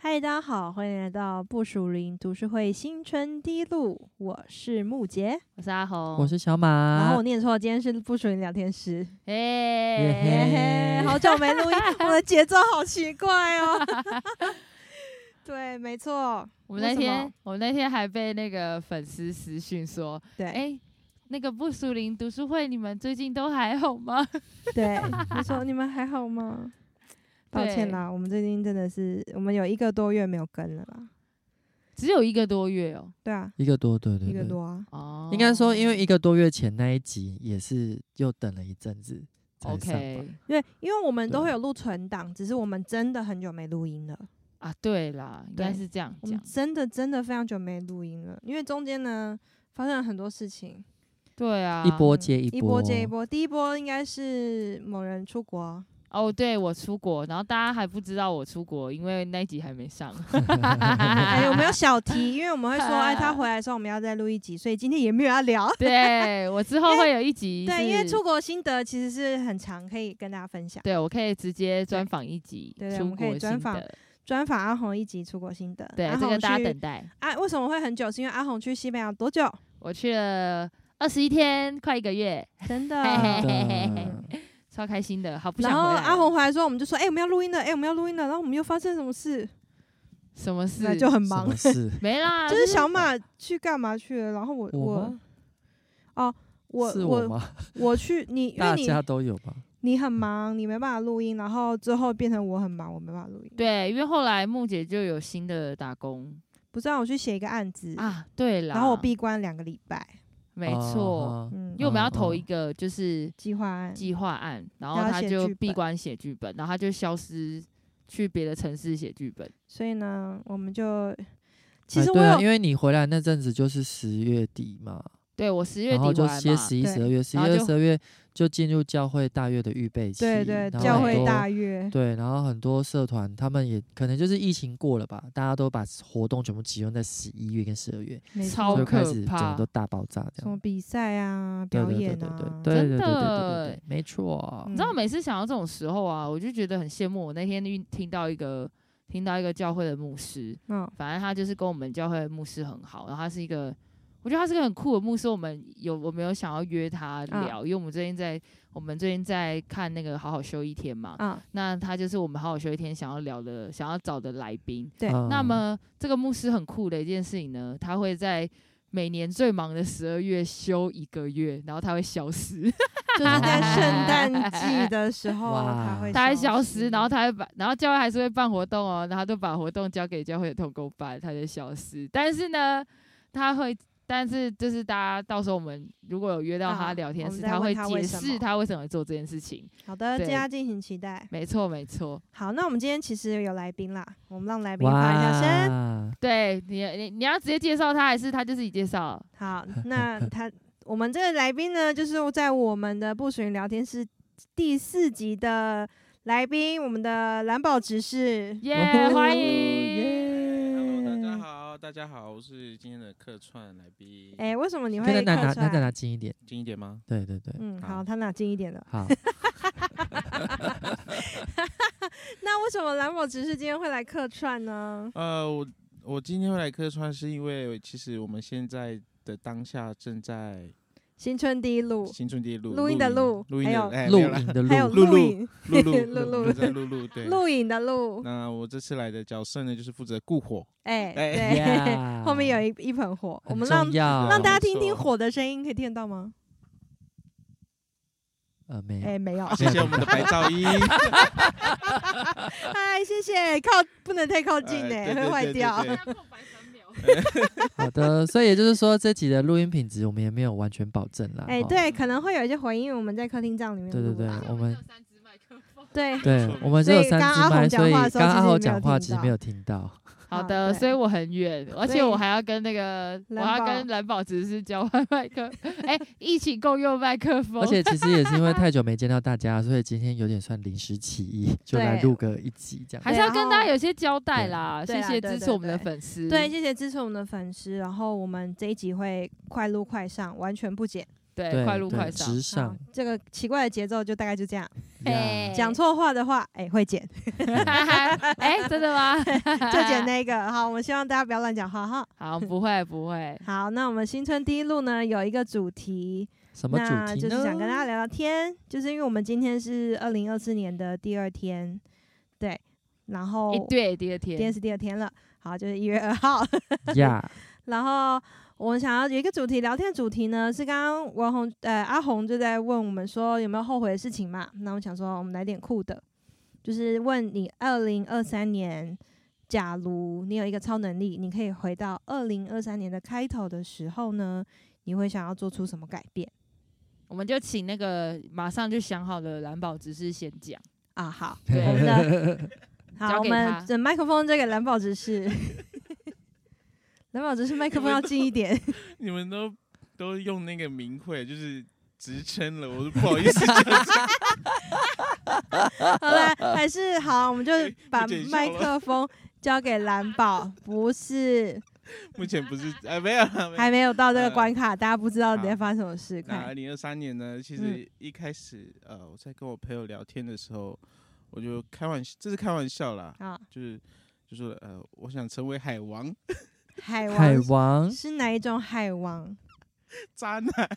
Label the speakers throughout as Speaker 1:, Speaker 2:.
Speaker 1: 嗨，大家好，欢迎来到不属灵读书会新春第一路，我是木杰。
Speaker 2: 我是阿红，
Speaker 3: 我是小
Speaker 1: 哦
Speaker 2: 啊
Speaker 1: 然后
Speaker 3: 马
Speaker 1: 我，念错了，今天是不属灵聊天室。
Speaker 2: 哎，
Speaker 1: 嘿嘿，好久没录音，我的节奏好奇怪哦。 对，没错，
Speaker 2: 我们那
Speaker 1: 为什
Speaker 2: 天
Speaker 1: 么
Speaker 2: 我们那天还被那个粉丝私讯说，
Speaker 1: 对、
Speaker 2: 哎、那个不熟林读书会，你们最近都还好吗？
Speaker 1: 对，
Speaker 3: 嗯
Speaker 1: 我说你们还好吗？抱歉
Speaker 2: 对
Speaker 1: 啦，我们最近真的是，我们有一个多月没有更了啦。
Speaker 2: 只有一个多月哦，
Speaker 1: 对啊，
Speaker 3: 一个多，对对
Speaker 1: 一个
Speaker 3: 对，
Speaker 1: 多啊。
Speaker 2: 哦，
Speaker 3: 应该说，因为一个多月前那一集也是又等了一阵子才上吧
Speaker 2: OK
Speaker 1: 因为因为我们都
Speaker 3: 对
Speaker 1: 会有录存档，只是我们真的很久没录音了。
Speaker 2: 啊，对啦，应该
Speaker 1: 对
Speaker 2: 是这样
Speaker 1: 我们嗯
Speaker 2: 讲，
Speaker 1: 真的真的非常久没录音了，因为中间呢发生了很多事情，嗯
Speaker 2: 对啊，
Speaker 3: 一波接一
Speaker 1: 一波
Speaker 3: 波
Speaker 1: 接一。波。第一波应该是某人出国，啊
Speaker 2: 哦，对我出国，然后大家还不知道我出国，因为那一集还没 上，啊
Speaker 1: 哎，有没有小题？因为我们会说，哎，他回来的时候我们要再录一集，所以今天也没有要 聊。
Speaker 2: 对我之后会有一集是，
Speaker 1: 对，因为出国心得其实是很长，可以跟大家分享。
Speaker 2: 对我可以直接专访一集
Speaker 1: 对对我
Speaker 2: 出
Speaker 1: 们可以
Speaker 2: 国
Speaker 1: 专
Speaker 2: 心
Speaker 1: 访
Speaker 2: 得，
Speaker 1: 专访阿红一集出国心得，
Speaker 2: 对
Speaker 1: 阿
Speaker 2: 这个
Speaker 1: 红
Speaker 2: 大家
Speaker 1: 去
Speaker 2: 等待。
Speaker 1: 啊，为什么会很久？是因为阿红去西班牙多久？
Speaker 2: 我去了二十一天，快一个月，
Speaker 1: 真的。
Speaker 2: 嘿嘿
Speaker 3: 嗯
Speaker 2: 超开心的，好不想
Speaker 1: 然后
Speaker 2: 回来了。哦
Speaker 1: 阿红回来的时候，我们就说，哎，我们要录音了，哎，我们要录音了。然后我们又发生什么事？
Speaker 2: 什么
Speaker 1: 那
Speaker 2: 事？
Speaker 1: 就很
Speaker 3: 什
Speaker 1: 忙
Speaker 3: 么。事？
Speaker 2: 没啦，
Speaker 1: 就是小马去干嘛去了？然后我
Speaker 3: 我
Speaker 1: 我
Speaker 3: 吗
Speaker 1: 哦， 我
Speaker 3: 是
Speaker 1: 我
Speaker 3: 吗？
Speaker 1: 我去你，因为
Speaker 3: 大
Speaker 1: 你
Speaker 3: 家都有吧？
Speaker 1: 你很忙，你没办法录音，然后之后变成我很忙，我没办法录音。
Speaker 2: 对，因为后来木姐就有新的打工
Speaker 1: 不是让我去写一个案子，
Speaker 2: 啊，对啦，
Speaker 1: 嗯然后我闭关两个礼拜，
Speaker 2: 没错，
Speaker 3: 啊，
Speaker 1: 嗯
Speaker 2: 因，为我们要投
Speaker 3: 嗯嗯
Speaker 2: 一个就是
Speaker 1: 计划案，
Speaker 2: 计划案，然后
Speaker 1: 然后
Speaker 2: 他
Speaker 1: 写
Speaker 2: 就
Speaker 1: 剧
Speaker 2: 闭
Speaker 1: 本
Speaker 2: 关写剧本，然后他就消失去别的城市写剧本。
Speaker 1: 所以呢，我们就其
Speaker 3: 哎
Speaker 1: 实我
Speaker 3: 对啊，
Speaker 1: 有
Speaker 3: 因为你回来那阵子就是十月底嘛，
Speaker 2: 对我十月
Speaker 3: 然
Speaker 2: 底
Speaker 3: 后就
Speaker 2: 回来
Speaker 3: 歇
Speaker 2: 嘛，
Speaker 3: 十一、
Speaker 1: 对
Speaker 3: 十二月，十一、
Speaker 2: 然后就
Speaker 3: 十二月就进入教会大月的预备期，
Speaker 1: 对对
Speaker 3: 然后
Speaker 1: 教
Speaker 3: 很
Speaker 1: 会
Speaker 3: 多
Speaker 1: 大月，
Speaker 3: 对，然后很多社团他们也可能就是疫情过了吧，大家都把活动全部集中在十一月跟十二月，
Speaker 1: 没
Speaker 2: 超
Speaker 1: 错
Speaker 3: 就开
Speaker 2: 可
Speaker 3: 始整
Speaker 2: 怕
Speaker 3: 个都大爆炸这
Speaker 1: 什么
Speaker 3: 样。
Speaker 1: 比赛啊、
Speaker 3: 对
Speaker 1: 表
Speaker 3: 对对
Speaker 1: 演
Speaker 3: 对
Speaker 1: 啊，
Speaker 3: 对对对对对
Speaker 2: 真
Speaker 3: 对
Speaker 2: 的
Speaker 3: 对，没错
Speaker 1: 嗯
Speaker 2: 你知道，每次想到这种时候啊，我就觉得很羡慕。我那天遇听到一个听到一个教会的牧师，
Speaker 1: 嗯，
Speaker 2: 反正他就是跟我们教会的牧师很好，然后他是一个，我觉得他是个很酷的牧师。我们有我们有想要约他聊，因为我们最近在我们最近在看那个《好好休一天》嘛，
Speaker 1: 啊，
Speaker 2: 那他就是我们《好好休一天》想要聊的、想要找的来宾。
Speaker 1: 对
Speaker 3: 嗯
Speaker 2: 那么这个牧师很酷的一件事情呢，他会在。每年最忙的十二月休一个月，然后他会消失，
Speaker 1: 就是在圣诞季的 时候，
Speaker 3: 哇
Speaker 1: 它会
Speaker 2: 他会消
Speaker 1: 消
Speaker 2: 失，然后他会把，然后教会还是会办活动哦，然后就把活动交给教会的同工办，他就消失。但是呢，他会，但是就是大家到时候我们如果有约到
Speaker 1: 啊
Speaker 2: 他聊天
Speaker 1: 我们
Speaker 2: 室，
Speaker 1: 再
Speaker 2: 他
Speaker 1: 问
Speaker 2: 会
Speaker 1: 他为
Speaker 2: 解
Speaker 1: 什
Speaker 2: 释
Speaker 1: 么
Speaker 2: 他为什么会做这件事情。
Speaker 1: 好的，大
Speaker 2: 对
Speaker 1: 家敬请期待。
Speaker 2: 没错，没错，
Speaker 1: 好，那我们今天其实有来宾啦，我们让来宾发一下声。
Speaker 2: 对你，你你要直接介绍他，还是他就自己介绍？
Speaker 1: 好， 那他我们这个来宾呢，就是在我们的不属于聊天室第四集的来宾，我们的蓝宝执事。
Speaker 2: 耶、
Speaker 3: 哦
Speaker 2: 欢迎！
Speaker 3: 耶
Speaker 4: Hello，大
Speaker 1: 嗯
Speaker 4: 家好，大家好，我是今天的客串来宾。
Speaker 1: 哎、为什么你会
Speaker 3: 可能拿
Speaker 1: 客
Speaker 3: 拿拿再
Speaker 1: 串？
Speaker 3: 拿近一点，
Speaker 4: 近一点吗？
Speaker 3: 对对对，
Speaker 1: 嗯，
Speaker 4: 好
Speaker 1: 好，他哪近一点的。
Speaker 3: 好，
Speaker 1: 那为什么蓝宝执事今天会来客串呢？
Speaker 4: 呃，我我今天会来客串，是因为其实我们现在的当下正在
Speaker 1: 新春第一路，
Speaker 4: 新春第一路
Speaker 1: 录音的录
Speaker 4: 录音
Speaker 1: 还有
Speaker 4: 的哎
Speaker 3: 录
Speaker 4: 没有啦
Speaker 3: 影的录
Speaker 1: 还，有
Speaker 4: 录
Speaker 1: 录
Speaker 4: 录
Speaker 1: 影，
Speaker 4: 录录
Speaker 1: 录 录
Speaker 4: 我们在录录对。
Speaker 1: 录影的录。
Speaker 4: 那我这次来的角色呢，就是负责顾 火，
Speaker 1: 哎、
Speaker 4: 哎
Speaker 1: 对
Speaker 3: Yeah
Speaker 1: 后面有一一盆火，我
Speaker 3: 很
Speaker 1: 们
Speaker 3: 重
Speaker 1: 让
Speaker 3: 要
Speaker 1: 让大家
Speaker 4: 没
Speaker 1: 听听
Speaker 4: 错
Speaker 1: 火的声音，可以听得到吗？
Speaker 3: 呃 没
Speaker 1: 哎、
Speaker 3: 有，
Speaker 1: 没有。
Speaker 4: 谢谢我们的白噪音，
Speaker 1: 哎，谢谢，靠不能太靠近哎、
Speaker 4: 哎对对
Speaker 1: 会坏
Speaker 4: 对对
Speaker 1: 掉。
Speaker 4: 对
Speaker 3: 好的，所以也就是说这集的录音品质我们也没有完全保证啦，
Speaker 1: 哎、
Speaker 3: 哦
Speaker 1: 对，可能会有一些回音，因为我们在客厅这样里面
Speaker 3: 对对
Speaker 1: 录
Speaker 3: 对
Speaker 1: 啊。，
Speaker 3: 我们
Speaker 1: 对
Speaker 3: 对
Speaker 4: 没错
Speaker 3: 我们是有
Speaker 1: 所以
Speaker 3: 三
Speaker 1: 刚
Speaker 3: 支
Speaker 1: 阿红
Speaker 3: 麦，
Speaker 1: 讲
Speaker 3: 所以
Speaker 1: 话的时候
Speaker 3: 刚
Speaker 1: 其
Speaker 3: 阿
Speaker 1: 实
Speaker 3: 红
Speaker 1: 没有
Speaker 3: 讲话
Speaker 1: 听
Speaker 3: 其实
Speaker 1: 到
Speaker 3: 没有听到，
Speaker 2: 好
Speaker 1: 啊
Speaker 2: 的，
Speaker 1: 对
Speaker 2: 所以我很远，
Speaker 1: 所
Speaker 2: 而
Speaker 1: 以
Speaker 2: 且我还要跟那个，我
Speaker 1: 蓝
Speaker 2: 要
Speaker 1: 宝
Speaker 2: 跟蓝宝只是交换麦克， 哎、一起共用麦克风。
Speaker 3: 而且其实也是因 为太久没见到大家，所以今天有点算临时起意，就来
Speaker 1: 对
Speaker 3: 录个一集这样。
Speaker 2: 还是
Speaker 1: 对
Speaker 2: 要跟
Speaker 1: 然
Speaker 2: 大家
Speaker 1: 后
Speaker 2: 有些交代啦，
Speaker 1: 对
Speaker 2: 谢
Speaker 1: 啦
Speaker 2: 谢
Speaker 1: 对
Speaker 2: 支
Speaker 1: 对
Speaker 2: 持我们的
Speaker 1: 对
Speaker 2: 粉丝。
Speaker 1: 对，谢谢支持我们的粉丝，然后我们这一集会快录快上，完全不剪。
Speaker 2: 对，
Speaker 3: 对，
Speaker 2: 快录
Speaker 3: 对
Speaker 2: 快上。
Speaker 3: 直
Speaker 1: 好
Speaker 3: 上，
Speaker 1: 这个奇怪的节奏就大概就这样。
Speaker 3: 呀
Speaker 1: 哎讲错话的话，哎、会剪，
Speaker 2: 哎，真的吗？
Speaker 1: 就剪那个。好，我们希望大家不要乱讲话哈。
Speaker 2: 好，不会不会，
Speaker 1: 好，那我们新春第一路呢有一个主题，
Speaker 3: 什么
Speaker 1: 那
Speaker 3: 主题
Speaker 1: 就
Speaker 3: 呢？
Speaker 1: 是想跟大家聊聊天，就是因为我们今天是二零二四年的第二天，对，然后
Speaker 2: 一哎对第二
Speaker 1: 今天
Speaker 2: 天，
Speaker 1: 是第二天了，好，就是一月二号，
Speaker 3: 呀，
Speaker 1: 然后我们想要有一个主题，聊天的主题呢是刚刚文红呃阿红就在问我们说有没有后悔的事情嘛？那我想说我们来点酷的，就是问你二零二三年，假如你有一个超能力，你可以回到二零二三年的开头的时候呢，你会想要做出什么改变
Speaker 2: 我们就请那个马上就想好的蓝宝执事先讲。
Speaker 1: 啊？好，
Speaker 2: 对
Speaker 1: 我们的好，
Speaker 2: 交
Speaker 1: 我
Speaker 2: 给
Speaker 1: 们
Speaker 2: 他
Speaker 1: 这麦克风交给蓝宝执事。蓝宝执事，麦克风要近一点。
Speaker 4: 你们都都用那个名讳，就是职称了，我都不好意思讲。
Speaker 1: 好啦，还是好，我们就把
Speaker 4: 不见笑
Speaker 1: 麦
Speaker 4: 了
Speaker 1: 克风交给蓝宝，不是
Speaker 4: 目前不是，哎，没有啦，没有
Speaker 1: 还。没有到这个关卡，大家不知道你在发生什么事。
Speaker 4: 那
Speaker 1: 快
Speaker 4: 二零二三年呢，
Speaker 1: 嗯
Speaker 4: 其实一开始、呃，我在跟我朋友聊天的时候，我就开玩笑，这是开玩笑啦，
Speaker 1: 啊，
Speaker 4: 就是就说呃，我想成为海王
Speaker 1: 海
Speaker 3: 海
Speaker 1: 王
Speaker 3: 王
Speaker 1: 是哪一种海王？
Speaker 4: 渣男，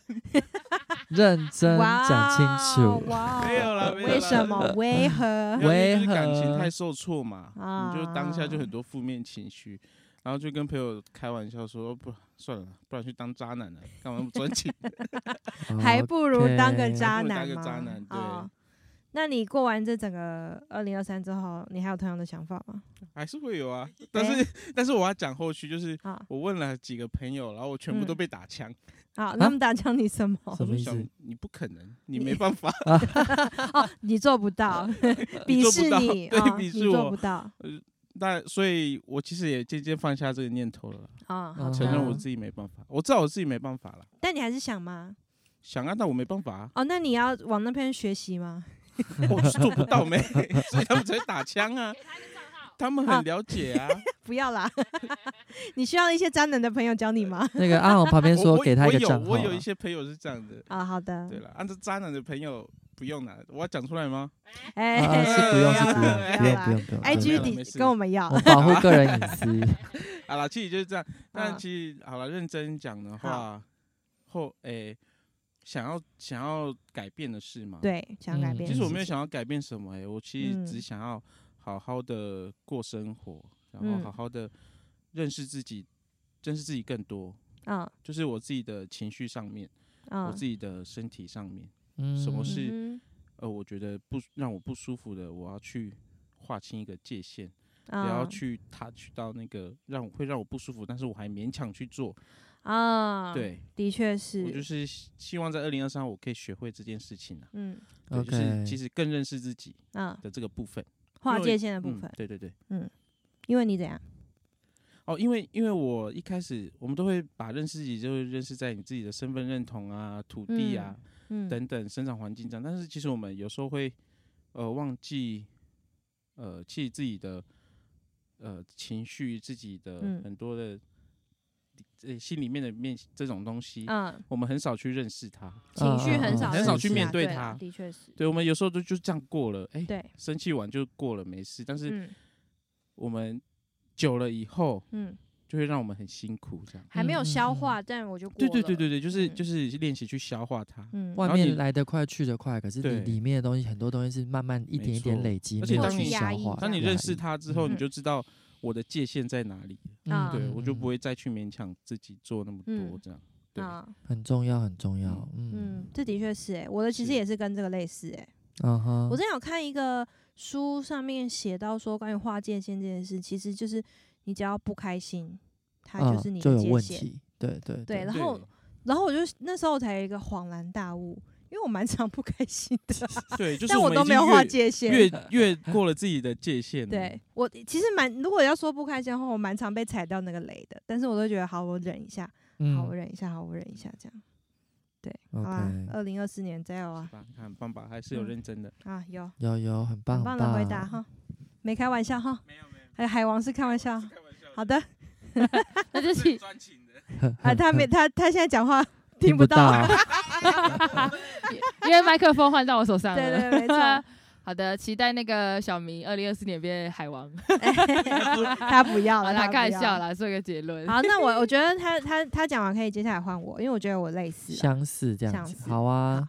Speaker 3: 认真
Speaker 1: 哇哦，
Speaker 3: 讲清楚，
Speaker 1: 哇哦
Speaker 4: 没有啦没有啦
Speaker 1: 为什 么？为何
Speaker 4: 因？为就是
Speaker 3: 为
Speaker 4: 感情
Speaker 3: 何
Speaker 4: 太受挫嘛，
Speaker 1: 啊
Speaker 4: 你就当下就很多负面情绪。然后就跟朋友开玩笑说，哦不算了，不然去当渣男了，干嘛那么 专情？
Speaker 3: 哦
Speaker 1: 还不如当个
Speaker 3: OK
Speaker 1: 渣
Speaker 4: 还
Speaker 1: 男
Speaker 4: 不如当个渣
Speaker 1: 吗
Speaker 4: 男？对
Speaker 1: 啊，那你过完这整个二零二三之后，你还有同样的想法吗？
Speaker 4: 还是会有啊，
Speaker 1: 哎
Speaker 4: 但是、但是我要讲后续，就是
Speaker 1: 啊
Speaker 4: 我问了几个朋友，然后我全部都
Speaker 1: 嗯
Speaker 4: 被打枪，
Speaker 1: 好，那么打枪你什么？
Speaker 3: 啊什么
Speaker 4: 我
Speaker 3: 意
Speaker 4: 想
Speaker 3: 思？
Speaker 4: 你不可能，你
Speaker 1: 你
Speaker 4: 没办法，
Speaker 1: 哦，你做不到，
Speaker 4: 呃 你
Speaker 1: 鄙
Speaker 4: 做
Speaker 1: 视
Speaker 4: 不到
Speaker 1: 你，
Speaker 4: 对
Speaker 1: 啊
Speaker 4: 鄙视
Speaker 1: 你做
Speaker 4: 我
Speaker 1: 不到
Speaker 4: 那所以，我其实也渐渐放下这个念头了啦，
Speaker 1: 啊！
Speaker 3: 嗯
Speaker 1: 好
Speaker 4: 承
Speaker 1: 的
Speaker 4: 认我自己没办法，我知道我自己没办法了，
Speaker 1: 但你还是想吗？
Speaker 4: 想啊，但我没办法、
Speaker 1: ，
Speaker 4: 啊
Speaker 1: 哦，那你要往那边学习吗？
Speaker 4: 我是做不到没， 所以他们才会打枪啊。他们很了解啊，
Speaker 1: 不要 啦，你需要一些渣男的朋友教你吗？
Speaker 3: 那个阿红旁边
Speaker 4: 我
Speaker 3: 说
Speaker 4: 我
Speaker 3: 给他一个账号
Speaker 4: 我有我有
Speaker 3: 啊
Speaker 4: 一些朋友是这样的，
Speaker 1: 啊，好的
Speaker 4: 对，了，按照渣男的朋友不用啦，我要讲出来吗？
Speaker 1: 哎
Speaker 3: 啊啊是不用是
Speaker 1: 要
Speaker 3: 不用 不用
Speaker 1: 啦
Speaker 3: 不用不用
Speaker 1: i
Speaker 4: 没
Speaker 1: G
Speaker 4: 有啦没
Speaker 1: 底
Speaker 4: 事
Speaker 1: 跟我们要嗯
Speaker 3: 我保护个人隐私，
Speaker 4: 好啦，其实就是这样。但
Speaker 1: 啊
Speaker 4: 其实好了，认真讲的话，后诶、想要想要改变的事嘛，
Speaker 1: 对，想要改
Speaker 3: 嗯
Speaker 1: 变。
Speaker 4: 其实我没有，想要改变什么、欸，我其实
Speaker 1: 嗯
Speaker 4: 只想要好好的过生活，然后
Speaker 1: 嗯
Speaker 4: 好好的认识自己，认识自己更多，
Speaker 1: 嗯
Speaker 4: 就是我自己的情绪上面，
Speaker 1: 嗯，
Speaker 4: 我自己的身体上面，
Speaker 3: 嗯
Speaker 4: 什么
Speaker 1: 嗯
Speaker 4: 事
Speaker 1: 哼
Speaker 4: 呃，我觉得不让我不舒服的，我要去划清一个界限，不
Speaker 1: 啊
Speaker 4: 要去 touch 到那个让我会让我不舒服，但是我还勉强去做。
Speaker 1: 啊，，
Speaker 4: 对
Speaker 1: 的确，
Speaker 4: 我就是是希希望在二零二三我可以学会这件事情啊，
Speaker 1: 嗯
Speaker 4: 对，就是其
Speaker 3: OK，
Speaker 4: 实更认识自己
Speaker 1: 嗯，
Speaker 4: 的这个部分，
Speaker 1: 划
Speaker 4: 因为
Speaker 1: 界限的部
Speaker 4: 嗯
Speaker 1: 分，，
Speaker 4: 对对对。
Speaker 1: 因为你怎样？
Speaker 4: 哦，因为因为我一开始我们都会把认识自己，就是认识在你自己的身份认同啊、土地啊、
Speaker 1: 嗯，
Speaker 4: 等等生长环境这样。但是其实我们有时候会呃忘记呃记自己的呃情绪、自己的
Speaker 1: 嗯
Speaker 4: 很多的、呃心里面的面这种东西，
Speaker 1: 嗯，
Speaker 4: 我们很少去认识它。
Speaker 1: 情绪很
Speaker 3: 嗯
Speaker 1: 少，
Speaker 3: 嗯很少
Speaker 4: 去面对
Speaker 1: 啊对啦
Speaker 4: 它
Speaker 1: 的确是，
Speaker 4: 对，我们有时候都就这样过了，哎、
Speaker 1: 对，
Speaker 4: 生气完就过了，没事。但 是
Speaker 1: 嗯
Speaker 4: 我们久了以后，
Speaker 1: 嗯，
Speaker 4: 就会让我们很辛苦这样。
Speaker 1: 还没有
Speaker 3: 嗯嗯
Speaker 1: 消
Speaker 3: 嗯
Speaker 1: 化，但我就过
Speaker 4: 对对对
Speaker 1: 了，
Speaker 4: 对对，就是、
Speaker 1: 嗯
Speaker 4: 就是练习去消化它，
Speaker 1: 嗯，
Speaker 3: 外
Speaker 4: 然后你
Speaker 3: 面来得快去得快，可是
Speaker 4: 对
Speaker 3: 你里面的东西很多东西是慢慢一点一点累积，
Speaker 4: 没错
Speaker 3: 没有
Speaker 4: 而且当
Speaker 3: 去
Speaker 4: 你
Speaker 3: 消
Speaker 1: 压抑
Speaker 3: 化。
Speaker 1: 这
Speaker 4: 当你
Speaker 1: 样
Speaker 4: 认识它之后，
Speaker 1: 嗯
Speaker 4: 你就知道我的界限在哪里，
Speaker 1: 啊
Speaker 3: 嗯
Speaker 4: 对我就不
Speaker 3: 会
Speaker 4: 会再去勉强自己做那么多
Speaker 1: 嗯
Speaker 4: 这样。对
Speaker 1: 啊，
Speaker 3: 很重要很重要，嗯
Speaker 1: 嗯，这的确是哎、我的其实
Speaker 4: 是
Speaker 1: 也是跟这个类似哎、
Speaker 3: 啊哈
Speaker 1: 我之前有看一个书上面写到说，关于划界限这件事，其实就是你只要不开心，它
Speaker 3: 啊
Speaker 1: 就是你
Speaker 3: 就
Speaker 1: 的
Speaker 3: 有
Speaker 1: 界
Speaker 3: 问
Speaker 1: 限。
Speaker 3: 题，对对
Speaker 1: 对，然
Speaker 4: 对
Speaker 1: 后然后我就那时候我才有一个恍然大悟，因为我蛮常不开心的，
Speaker 4: 对，就是
Speaker 1: 但我
Speaker 4: 我们
Speaker 1: 都
Speaker 4: 已
Speaker 1: 没
Speaker 4: 经
Speaker 1: 有
Speaker 4: 越
Speaker 1: 划界限。
Speaker 4: 越越过了自己的界
Speaker 3: 嗯
Speaker 4: 限了。
Speaker 1: 对我其实蛮，如果要说不开心的话，我蛮常被踩到那个雷的，但是我都觉得好，我忍一下，好，我
Speaker 3: 嗯
Speaker 1: 忍一下，好，我忍一下，这样。对，好吧
Speaker 3: OK，，
Speaker 1: 二零二四年加油啊
Speaker 4: 是吧，你看棒爸还是有
Speaker 1: 嗯
Speaker 4: 认 真的。
Speaker 1: 啊，有。
Speaker 3: 有有很棒
Speaker 1: 很棒的回答 哈，没开玩笑哈，没有没有，还有海王是开玩笑，好 的，
Speaker 2: 那就请
Speaker 1: 啊，他没他他现在讲话啊听
Speaker 3: 不
Speaker 1: 到，
Speaker 3: 到，
Speaker 2: 因为麦克风换到我手上了。
Speaker 1: 对对对没错
Speaker 2: 好的，期待那个小明二零二四年变海王。
Speaker 1: 他不要
Speaker 2: 好
Speaker 1: 了，
Speaker 2: 啦，
Speaker 1: 他不
Speaker 2: 开玩
Speaker 1: 要
Speaker 2: 笑
Speaker 1: 了。
Speaker 2: 啦，做个结论。
Speaker 1: 好，那我我觉得他他他讲完可以接下来换我，因为我觉得我类 似了。
Speaker 3: 相似这样
Speaker 1: 相
Speaker 3: 子，
Speaker 1: 似
Speaker 3: 好啊
Speaker 1: 好，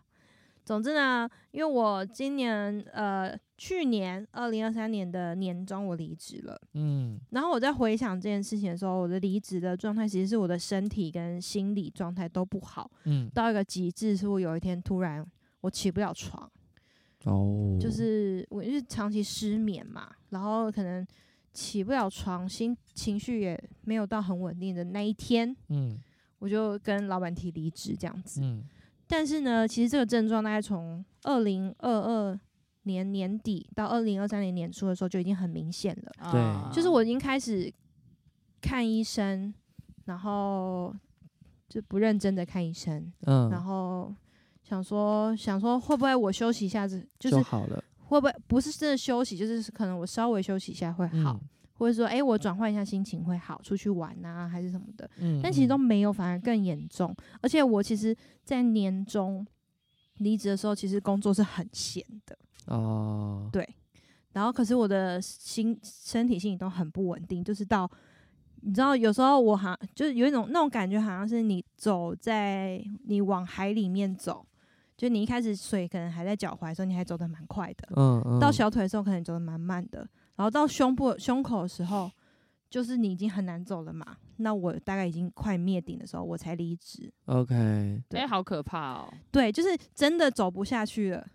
Speaker 1: 总之呢，因为我今年呃去年二零二三年的年中我离职了，
Speaker 3: 嗯，
Speaker 1: 然后我在回想这件事情的时候，我的离职的状态其实是我的身体跟心理状态都不好，
Speaker 3: 嗯，
Speaker 1: 到一个极致，是我有一天突然我起不了床，
Speaker 3: 哦，
Speaker 1: 就是我因为长期失眠嘛，然后可能起不了床，心情绪也没有到很稳定的那一天，
Speaker 3: 嗯
Speaker 1: 我就跟老板提离职这样子。
Speaker 3: 嗯
Speaker 1: 但是呢，其实这个症状大概从二零二二年年底到二零二三年年初的时候就已经很明显了，
Speaker 2: 啊
Speaker 3: 对
Speaker 1: 就是我已经开始看医生，然后就不认真的看医生，然
Speaker 3: 嗯，
Speaker 1: 后想说想说会不会我休息一下子，就
Speaker 3: 就是好了，
Speaker 1: 会不会不是真的休息，就是可能我稍微休息一下会好，
Speaker 3: 嗯
Speaker 1: 或者说诶我转换一下心情会好，出去玩啊还是什么的，
Speaker 3: 嗯，
Speaker 1: 但其实
Speaker 3: 嗯
Speaker 1: 都没有，反而更严重。而且我其实，在年中离职的时候，其实工作是很闲的，
Speaker 3: 哦，
Speaker 1: 然后可是我的心、身体、心理都很不稳定，就是到你知道，有时候我好像就是有一种那种感觉，好像是你走在你往海里面走，就你一开始水可能还在脚踝的时候，你还走得蛮快的，
Speaker 3: 嗯嗯，
Speaker 1: 到小腿的时候可能走得蛮慢的，然后到胸部胸口的时候，就是你已经很难走了嘛。那我大概已经快灭顶的时候，我才离职。
Speaker 3: OK，
Speaker 2: 哎、好可怕哦！
Speaker 1: 对，就是真的走不下去了，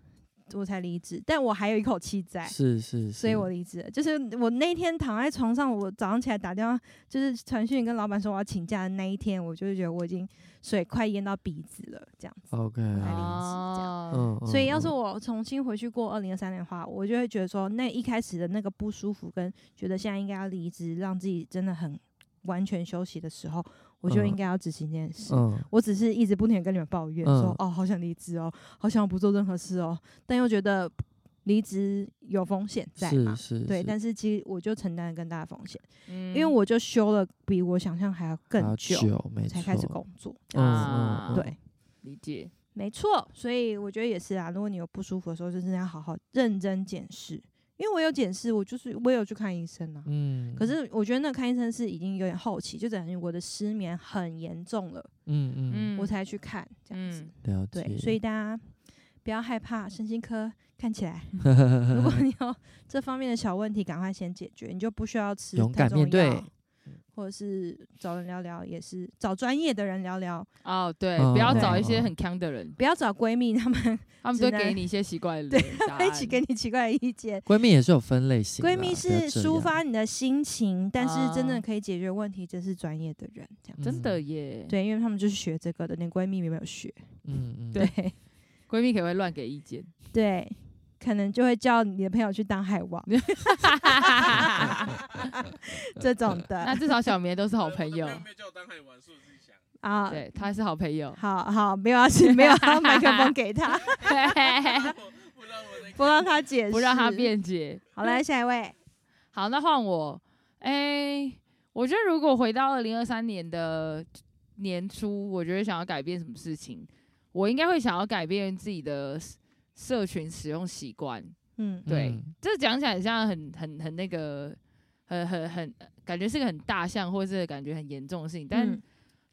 Speaker 1: 我才离职。但我还有一口气在，
Speaker 3: 是是，
Speaker 1: 所以
Speaker 3: 是
Speaker 1: 我离职了。就是我那天躺在床上，我早上起来打电话，就是传讯跟老板说我要请假的那一天，我就觉得我已经水快淹到鼻子了，这样子。
Speaker 3: OK，
Speaker 1: 才离职这样
Speaker 2: 哦，
Speaker 3: 嗯，嗯
Speaker 1: 所以要
Speaker 3: 嗯
Speaker 1: 是我重新回去过二零二三年的话，我就会觉得说，那一开始的那个不舒服，跟觉得现在应该要离职，让自己真的很完全休息的时候，我就
Speaker 3: 嗯
Speaker 1: 应该要执行这件事。
Speaker 3: 嗯
Speaker 1: 我只是一直不停地跟你们抱怨、
Speaker 3: 嗯
Speaker 1: 说，哦，好想离职哦，好想不做任何事哦，但又觉得离职有风险在嘛
Speaker 3: 是，是，
Speaker 1: 对，
Speaker 3: 是
Speaker 1: 但是其实我就承担了更大的风险，
Speaker 2: 嗯
Speaker 1: 因为我就休了比我想象还要
Speaker 3: 还
Speaker 1: 更
Speaker 3: 要
Speaker 1: 久
Speaker 3: 啊久，没
Speaker 1: 才开始
Speaker 3: 错，
Speaker 1: 工作，
Speaker 3: 嗯
Speaker 2: 啊
Speaker 3: 嗯，嗯
Speaker 1: 对，
Speaker 2: 理解，
Speaker 1: 没错，所以我觉得也是啊，如果你有不舒服的时候，就是要好好认真检视，因为我有检视，我就是我有去看医生啊。
Speaker 3: 嗯，
Speaker 1: 可是我觉得那个看医生是已经有点后期，就等于我的失眠很严重了，
Speaker 3: 嗯嗯，
Speaker 1: 我才去看这样子。
Speaker 2: 嗯
Speaker 3: 了解，
Speaker 1: 对，所以大家不要害怕，身心科看起 来，如果你有这方面的小问题，赶快先解决，你就不需要吃
Speaker 3: 勇
Speaker 1: 太
Speaker 3: 敢
Speaker 1: 重
Speaker 3: 面对嗯
Speaker 1: 药，或者是找人聊聊，也是找专业的人聊聊，
Speaker 2: 哦，对，
Speaker 3: 嗯
Speaker 2: 不要
Speaker 1: 对
Speaker 2: 找一些很强的人，
Speaker 1: 不要找闺蜜他们
Speaker 2: 他们都
Speaker 1: 只能
Speaker 2: 给你一些奇怪的
Speaker 1: 对
Speaker 2: 答
Speaker 1: 一起给
Speaker 2: 案
Speaker 1: 你奇怪的意 见。
Speaker 3: 闺蜜也是有分类型啊啦，
Speaker 1: 闺蜜
Speaker 3: 不要
Speaker 1: 是
Speaker 3: 这
Speaker 1: 抒
Speaker 3: 样，
Speaker 1: 发你的心情，但是真
Speaker 2: 啊
Speaker 1: 正可以解决问题，这是专业的人这样。
Speaker 2: 真的
Speaker 3: 嗯，
Speaker 2: 耶，
Speaker 1: 对，因为他们就是学这个的，连闺蜜也没有学。
Speaker 3: 嗯嗯，
Speaker 1: 对
Speaker 2: 对闺蜜可能会乱给 意见，
Speaker 1: 对，可能就会叫你的朋友去当海 王这种 的。
Speaker 2: 那至少小明都是好朋友，
Speaker 4: 没有叫我当海王，是我自己想。
Speaker 1: 啊，，
Speaker 2: 对，他是好朋友
Speaker 3: 哦
Speaker 1: 好好，没有要去，没有要麦克风给 他，
Speaker 4: 不让我那
Speaker 1: 不让他解释，
Speaker 2: 不让他。辩解。
Speaker 1: 好来下一位，
Speaker 2: 好，那换我。哎、我觉得如果回到二零二三年的年初，我觉得想要改变什么事情，我应该会想要改变自己的 s- 社群使用习惯。
Speaker 1: 嗯
Speaker 2: 对，
Speaker 3: 嗯
Speaker 2: 这讲起来很像很很很那个，很很很感觉是个很大项，或者是感觉很严重的事情，但、
Speaker 1: 嗯